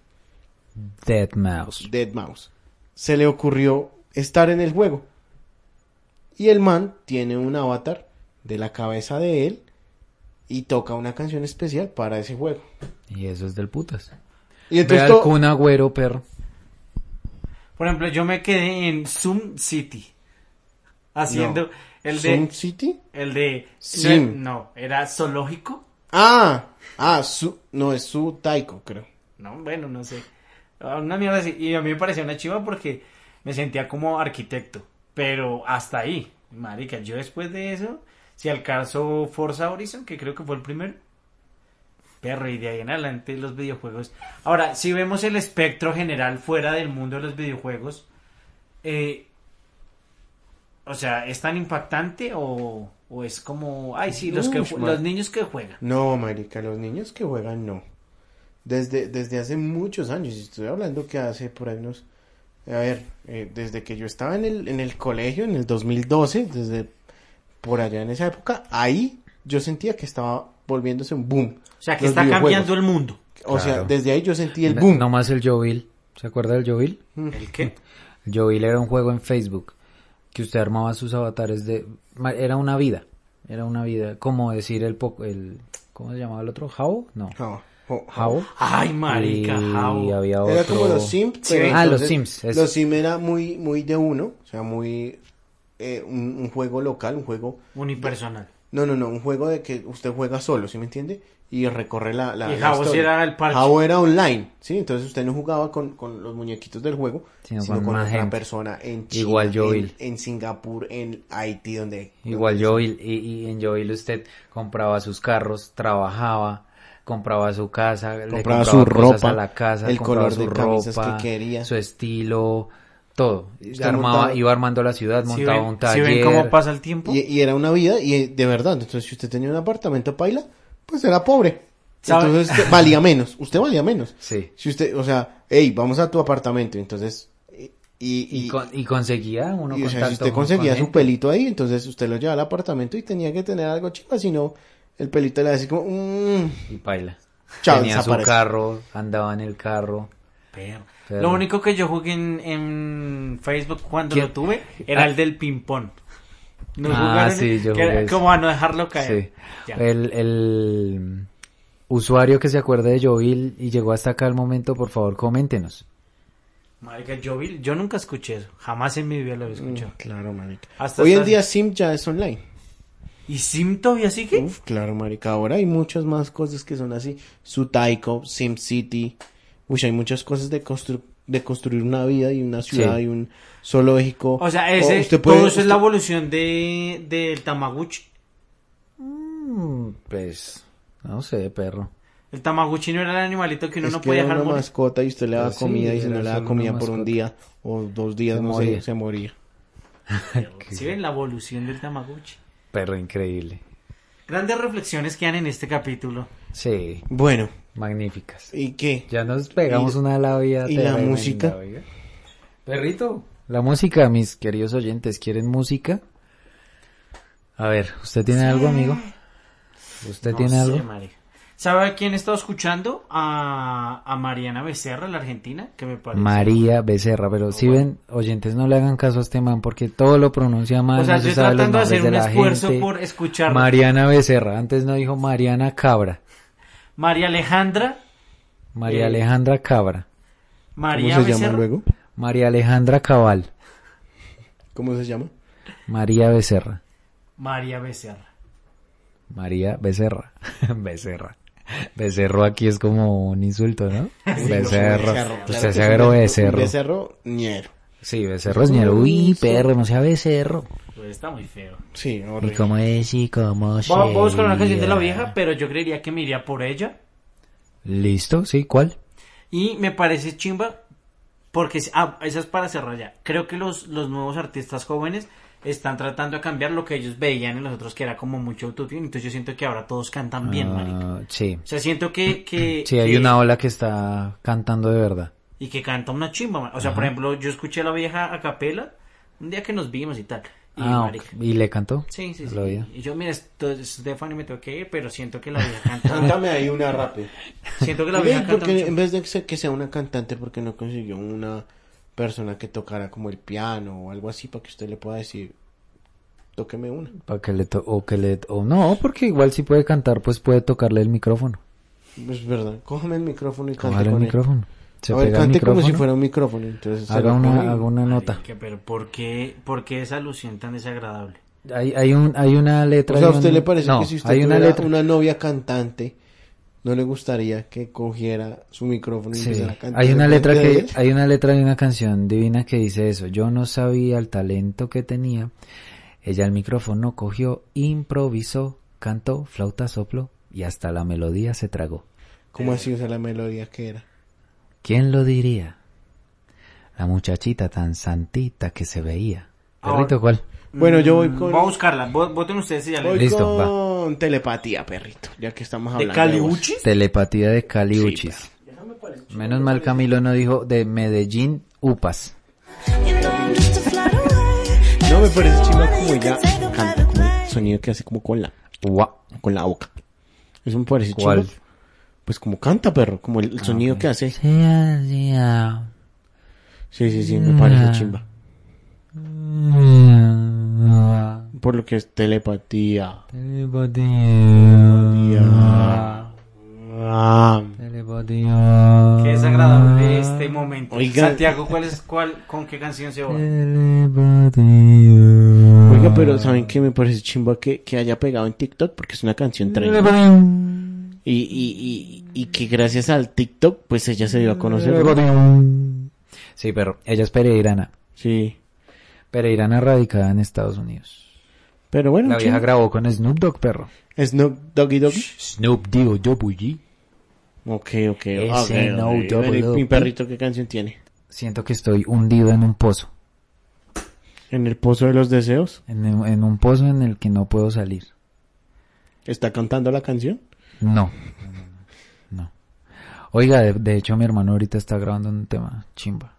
Dead Mouse.
Dead Mouse, se le ocurrió estar en el juego. Y el man tiene un avatar de la cabeza de él y toca una canción especial para ese juego.
Y eso es del putas.
Y
Ve
entonces
al
to-
Kun Agüero, perro.
por ejemplo yo me quedé en Zoom City haciendo
No.
el de
Sun City?
el de
Sim.
no era zoológico
Ah, ah, su, no, es su taiko, creo.
No, bueno, no sé. Ah, Una mierda así. Y a mí me parecía una chiva porque me sentía como arquitecto. Pero hasta ahí, marica. Yo después de eso, si alcanzo Forza Horizon, que creo que fue el primero. Perro, y de ahí en adelante los videojuegos. Ahora, si vemos el espectro general fuera del mundo de los videojuegos, eh, o sea, ¿es tan impactante o, o es como, ay, sí, los, que,
Ush,
ju-
man.
los niños que juegan?
No, marica, los niños que juegan no. Desde, desde hace muchos años, y estoy hablando que hace por ahí unos, a ver, eh, desde que yo estaba en el, en el colegio, en el 2012, desde por allá en esa época, ahí yo sentía que estaba volviéndose un boom.
O sea, que está cambiando el mundo.
O sea,
Claro.
desde ahí yo sentí el boom.
Nomás el Jovil. ¿Se acuerda del Jovil?
¿El qué?
El Jovil era un juego en Facebook que usted armaba sus avatares de... ma- Era una vida. Era una vida. Como decir el... po- el ¿Cómo se llamaba el otro? ¿Jao? No.
Ja, jo, ja.
¿Jao?
Ay, marica,
y
Jao.
había otro...
Era como los Sims.
Sí.
pero
Ah, los
entonces
Sims. eso.
Los Sims era muy, muy de uno, o sea, muy eh, un, un juego local, un juego
Unipersonal.
No, no, no, un juego de que usted juega solo, ¿sí me entiende? Y recorre la, la,
Y
la
Jabo sí
historia.
era el parche.
Jabo era online, ¿sí? Entonces usted no jugaba con, con los muñequitos del juego,
Sino
sino,
con
con,
más
otra
gente.
persona en China,
Igual yo,
en,
Bill.
en Singapur, en Haití, donde...
Igual Jovil. Y, y en Jovil usted compraba sus carros, trabajaba, compraba su casa, le
Compraba su
cosas
ropa,
a la casa,
el
compraba
color
su
de camisas
ropa,
que quería.
su estilo, todo.
Usted
Armaba,
montaba-
iba armando la ciudad,
Si
montaba
ven-
un
si
taller.
ven cómo pasa el tiempo.
Y, y era una vida, y eh, de verdad, entonces si usted tenía un apartamento paila, pues era pobre.
¿Sabe?
Entonces usted valía menos, usted valía menos.
Sí.
Si usted, o sea, hey, vamos a tu apartamento, entonces... Y,
Y,
y,
con- y conseguía uno
Y, o
con
sea, si
tanto
usted
con
conseguía su
gente.
pelito ahí, entonces usted lo llevaba al apartamento y tenía que tener algo chiva, si no, el pelito le decía como, "Mm,
Y paila.
Chao,
Tenía su
desaparece.
carro, andaba en el carro.
Perro.
Perro.
Lo único que yo jugué en, en Facebook cuando
¿Quién?
lo tuve era
Ah.
el del ping-pong. Nos
Ah,
jugaron
sí, yo
que era
jugué eso.
como a no dejarlo caer.
Sí.
Ya.
El, el usuario que se acuerde de Jovil y llegó hasta acá al momento, por favor, coméntenos.
Marica, yo, vi- yo nunca escuché eso. Jamás en mi vida lo había escuchado.
Claro, marica.
Hasta
Hoy en
tarde.
día Sim ya es online.
¿Y Sim todavía sigue?
Mm. Uf, claro, marica. Ahora hay muchas más cosas que son así. Su Taiko, Sim City. Uy, hay muchas cosas de, constru- de construir una vida y una ciudad
Sí.
y un zoológico.
O sea, ese,
O Oh, usted
todo
puede-
eso es la
usted-
evolución de, del Tamaguchi.
Mm, Pues, no sé, perro.
El Tamaguchi no era el animalito que uno
es
no
que
podía
era
dejar
una
morir.
mascota y usted le daba
Pues sí,
comida y si
era
no le daba
solo una
comida por un
mascota.
día o dos días,
Se
no
moría.
sé, se moría.
¿Sí ven la evolución del Tamaguchi?
Perro increíble.
Grandes reflexiones que han en este capítulo.
Sí,
Bueno,
magníficas.
¿y qué?
Ya nos pegamos
Y-
una labia.
y la
tremenda,
música.
oiga. Perrito. La música, mis queridos oyentes, ¿quieren música? A ver, ¿usted tiene algo, amigo? ¿Usted
No
tiene
sé,
algo?
marica. ¿Sabe a quién he estado escuchando? A, a Mariana Becerra, la argentina, que me parece.
María Becerra, pero si ven, oyentes, no le hagan caso a este man porque todo lo pronuncia mal.
O sea,
no se
yo
sabe los
tratando de
nombres
hacer un
la
esfuerzo
gente.
por escuchar
Mariana Becerra, antes no dijo Mariana Cabra,
María Alejandra,
María
Eh.
Alejandra Cabra,
María
¿Cómo se
Becerra.
llama luego?
María Alejandra Cabal,
¿Cómo se llama?
María Becerra,
María Becerra.
María Becerra, [laughs] Becerra. Becerro aquí es como un insulto,
[laughs]
¿no? Becerro. Usted se agregó becerro.
Becerro, ñero.
Sí, becerro es ñero. Uy, perro, no sea becerro.
Pues está muy feo.
Sí,
¿Y
horrible.
cómo es y cómo se
Voy a voy a buscar una canción de la
dirá?
vieja, pero yo creería que me iría por ella.
¿Listo? ¿Sí? ¿Cuál?
Y me parece chimba porque, ah, esa es para cerrar ya. Creo que los, los nuevos artistas jóvenes están tratando de cambiar lo que ellos veían en los otros que era como mucho autotune. Entonces yo siento que ahora todos cantan bien, marica.
Ah, sí.
O sea, siento que... que
Sí, hay
que-
una ola que está cantando de verdad.
Y que canta una chimba, man. O sea, por ejemplo, yo escuché a la vieja a capela un día que nos vimos y tal. Y,
ah,
marica,
ok. ¿Y le cantó?
Sí, sí, sí.
Lo oía.
Y yo, mira, esto es Stephanie me tengo que ir, pero siento que la vieja
[laughs]
canta.
Cántame ahí una rápido.
siento que [laughs] la
Ve,
vieja canta
porque
mucho.
en vez de que se- que sea una cantante, porque no consiguió una persona que tocara como el piano o algo así para que usted le pueda decir, tóqueme una.
Pa' que le to- o que le o no, porque igual si puede cantar, pues puede tocarle el micrófono.
Es verdad, cójame el micrófono y cante
Cójale el
con él.
micrófono. Se
A ver,
pega el
cante como
micrófono.
si fuera un micrófono. Entonces,
haga una,
una,
haga una nota.
Marica, pero ¿por qué, ¿por qué esa alusión tan desagradable?
Hay, hay un hay una letra.
O sea, ¿a
hay
usted
un-
le parece
no,
que si usted
hay una
tuviera
letra.
una novia cantante, no le gustaría que cogiera su micrófono y
Sí,
empezara a cantar?
Hay una
de
letra
frente a
que
él?
hay una letra de una canción divina que dice eso. Yo no sabía el talento que tenía. Ella el micrófono cogió, improvisó, cantó, flauta sopló y hasta la melodía se tragó.
¿Cómo así usa la melodía que era?
¿Quién lo diría? La muchachita tan santita que se veía.
Ahora-
Perrito, ¿cuál?
Bueno, yo voy
Mm,
con...
Voy a buscarla. Vo- Voten ustedes y ya les
Voy
Listo,
con telepatía, perrito, ya que estamos
¿De
hablando. vos.
Caliuchi?
Telepatía de Cali Uchis. Menos mal Camilo no dijo de Medellín Upas.
No me parece chimba como ella canta, como el sonido que hace como con la,
Ua.
con la boca. Eso me parece
¿Cuál? Ah,
chimba. Pues como canta, perro, como el, el sonido que hace.
Sí, así, ah.
Sí, sí, sí,
Mm.
me parece chimba. Por lo que es telepatía.
Telepatía.
Ah.
Telepatía.
Qué desagradable este momento.
Oiga.
Santiago, ¿cuál es, cuál, ¿con qué canción se va?
Eh, Telepatía.
Oiga, pero ¿saben qué? Me parece chimba que, que haya pegado en TikTok porque es una canción trend. Y, y, y, y que gracias al TikTok, pues ella se dio a conocer.
Sí, pero ella es pereirana.
Sí.
Pereirana radicada en Estados Unidos.
Pero bueno,
La vieja grabó con Snoop Dogg, perro.
chimba. Snoop Doggy Doggy.
Snoop Dogg, yo
Ok, ok.
Ese
ok,
no
ok.
double
Vení,
up.
Mi perrito, ¿qué canción tiene?
Siento que estoy hundido en un pozo.
En el pozo de los deseos.
En, en un pozo en el que no puedo salir.
¿Está cantando la canción?
No. No. no. Oiga, de, de hecho mi hermano ahorita está grabando un tema chimba.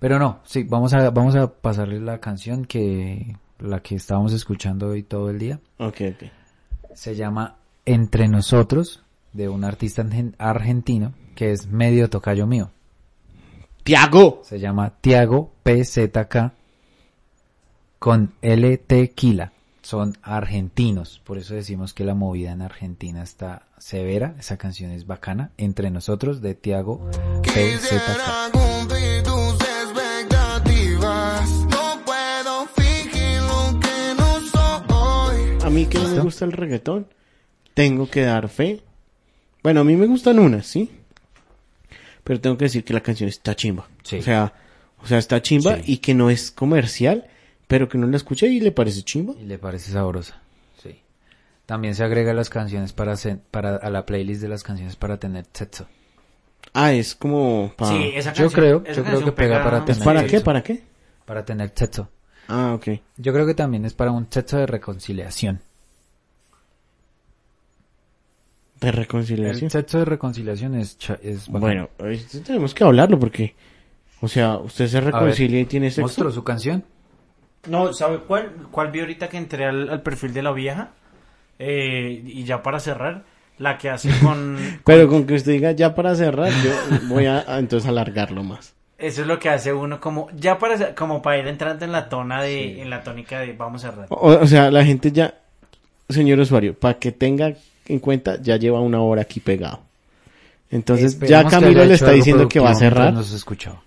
Pero no, sí, vamos a, vamos a pasarle la canción que, la que estábamos escuchando hoy todo el día.
Ok, ok.
Se llama Entre Nosotros, de un artista argen- argentino que es medio tocayo mío.
¡Tiago!
Se llama Tiago PZK con L Tequila. Son argentinos, por eso decimos que la movida en Argentina está severa. Esa canción es bacana. Entre nosotros de Tiago PZK.
Quisiera cumplir tus expectativas. No puedo fingir lo que no soy.
A mí que no me
¿Listo?
gusta el reggaetón, tengo que dar fe. Bueno, a mí me gustan unas, ¿sí? Pero tengo que decir que la canción está chimba.
Sí.
O sea, o sea, está chimba
Sí.
y que no es comercial, pero que uno la escucha y le parece chimba.
Y le parece sabrosa. Sí. También se agrega las canciones para, se- para a la playlist de las canciones para tener sexo.
Ah, es como para...
Sí, esa
Yo
canción.
creo-
esa
yo creo
canción
que pega para
¿Es
tener-
para
Sí,
qué?
sí.
¿Para qué?
Para tener sexo.
Ah, ok.
Yo creo que también es para un sexo de reconciliación.
De
El
reconciliación.
sexo de reconciliación es, cha- es bacano.
Bueno, esto tenemos que hablarlo porque... O sea, usted se
A ver,
reconcilia y tiene sexo.
Monstruo, su canción.
No, ¿sabe cuál? ¿Cuál vi ahorita que entré al, al perfil de la vieja? Eh, y ya para cerrar, la
[laughs]
que hace con...
Pero con que usted diga ya para cerrar, yo voy a, a entonces alargarlo más.
Eso es lo que hace uno como... Ya para, ce- como para ir entrando en la tona de... En la tónica de vamos a cerrar.
O, o sea, la gente ya, señor usuario, para que tenga en cuenta, ya lleva una hora aquí pegado. Entonces ya
Esperemos que
Camilo
haya
le
hecho
está
algo
diciendo que va a
productivo mientras
cerrar.
Nos escuchó.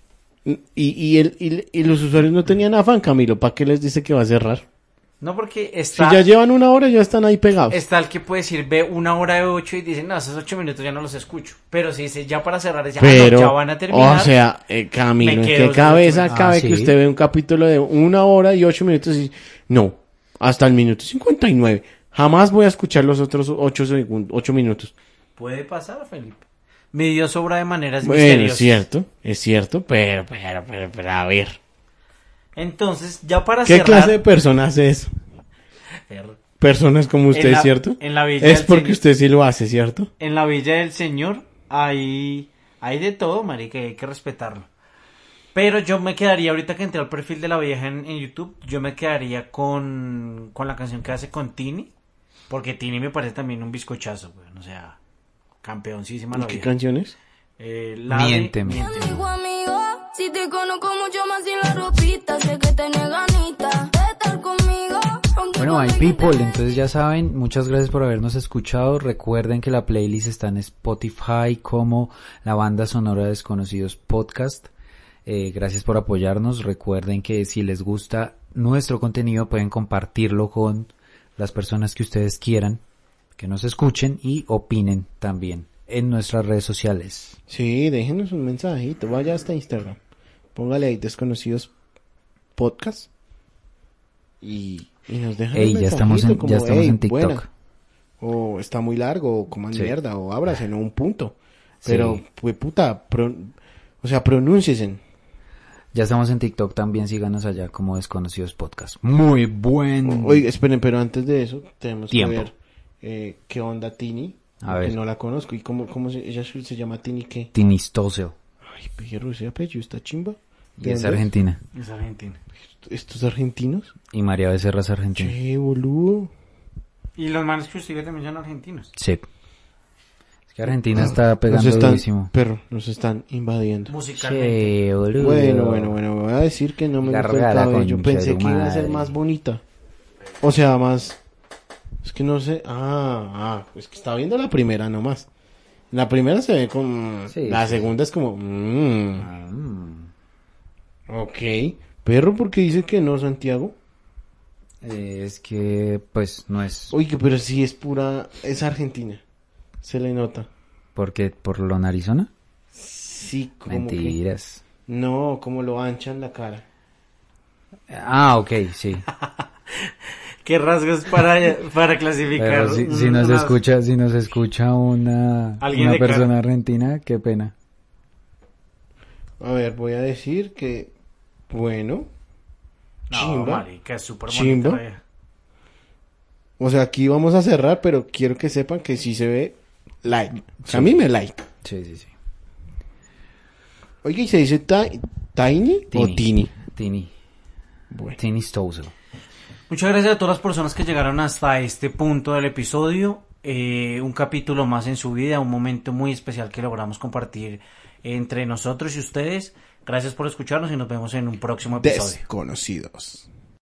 Y, y, el, y, y los usuarios no tenían afán, Camilo. ¿Para qué les dice que va a cerrar?
No porque
Si
está...
ya llevan una hora, ya están ahí pegados.
Está el que puede decir, ve una hora de ocho y dice, no, esos ocho minutos ya no los escucho. Pero si dice, ya para cerrar, dice, "Ah, no,
Pero,
ya van a terminar.
o sea, eh, Camilo,
Me
¿en
quedo
qué
sin
cabeza
ocho
minutos.
cabe
Ah,
que
sí.
usted ve un capítulo de una hora y ocho minutos y no, hasta el minuto cincuenta y nueve? Jamás voy a escuchar los otros ocho segundos, ocho minutos.
Puede pasar, Felipe. Mi Dios obra de maneras
Bueno, es
misteriosas.
cierto, es cierto, pero, pero, pero, pero, a ver.
Entonces, ya para
¿Qué
cerrar...
clase de personas es? Personas como usted,
En la-
¿cierto?
en la Villa
es
del
porque
Señor.
usted sí lo hace, ¿cierto?
En la Villa del Señor hay, hay de todo, marica, y hay que respetarlo. Pero yo me quedaría, ahorita que entré al perfil de la vieja en, en YouTube, yo me quedaría con, con la canción que hace con Tini. Porque Tini me parece también un bizcochazo, weón. O sea, campeoncísima
¿Y
la
qué
vieja.
canciones?
Eh, la de-
Miénteme.
Miénteme.
Amigo, amigo, si te conozco mucho más sin la ropita, sé que tenés ganitas de estar conmigo. aunque
Bueno, hay
cuando
people, entonces ya saben, muchas gracias por habernos escuchado. Recuerden que la playlist está en Spotify como la banda sonora de desconocidos podcast. Eh, gracias por apoyarnos. Recuerden que si les gusta nuestro contenido pueden compartirlo con las personas que ustedes quieran, que nos escuchen y opinen también en nuestras redes sociales.
Sí, déjenos un mensajito, vaya hasta Instagram. Póngale ahí desconocidos podcast y, y nos dejan
Ey,
un
ya estamos
mensajito
en,
como,
ya estamos
"Ey,
en TikTok.
buena", o está muy largo, o coman
Sí.
mierda, o ábrase, no un punto. Pero,
Sí.
pues puta, pron- o sea, pronúnciesen.
Ya estamos en TikTok también, síganos allá como desconocidos podcast. Muy buen.
Oye, esperen, pero antes de eso tenemos
Mm. Tiempo.
que ver eh, qué onda Tini,
A
que
ver.
no la conozco. ¿Y cómo, cómo se, ella se se llama Tini qué?
Tinistosel.
Ay, perro, ese apellido está chimba.
Y
¿De
es
dónde es?
argentina.
Es argentina.
¿Estos argentinos?
Y María Becerra es argentina.
Che, boludo.
Y los manes que usted también son argentinos.
Sí. Es que
Ah,
Argentina está pegando
nos están,
durísimo.
Perro, nos están invadiendo.
Musicalmente.
Che, boludo.
Bueno, bueno, bueno, voy a decir que no me gusta el
Largada,
cabello.
concha de
Pensé
tu
que iba a ser
madre.
más bonita. O sea, más... Es que no sé... Ah, ah, es que estaba viendo la primera nomás. La primera se ve como...
Sí,
la
sí.
segunda es como... mm,
Ah, mm.
ok. Perro, porque dice que no, Santiago?
Eh, es que, pues, no es
Oye, pero sí es pura... Es argentina. Se le nota.
porque por lo narizona.
Sí, como que-
Mentiras.
No, como lo anchan la cara.
Ah, ok,
[laughs]
sí.
¿Qué rasgos para,
[laughs]
para clasificar?
Pero si, si
un-
nos
unas-
escucha, si nos escucha una,
Alguien
una
de cara.
persona argentina, qué pena.
A ver, voy a decir que, bueno,
No,
Chimba.
marica, es súper bonita
Chimba.
la vieja.
o sea, aquí vamos a cerrar, pero quiero que sepan que sí se ve like. A mí me like.
Sí, sí, sí.
Oye, ¿y se dice ti- Tiny o Tini?
Tini.
Bueno.
Tini Stousel.
Muchas gracias a todas las personas que llegaron hasta este punto del episodio. Eh, un capítulo más en su vida, un momento muy especial que logramos compartir entre nosotros y ustedes. Gracias por escucharnos y nos vemos en un próximo episodio.
Desconocidos.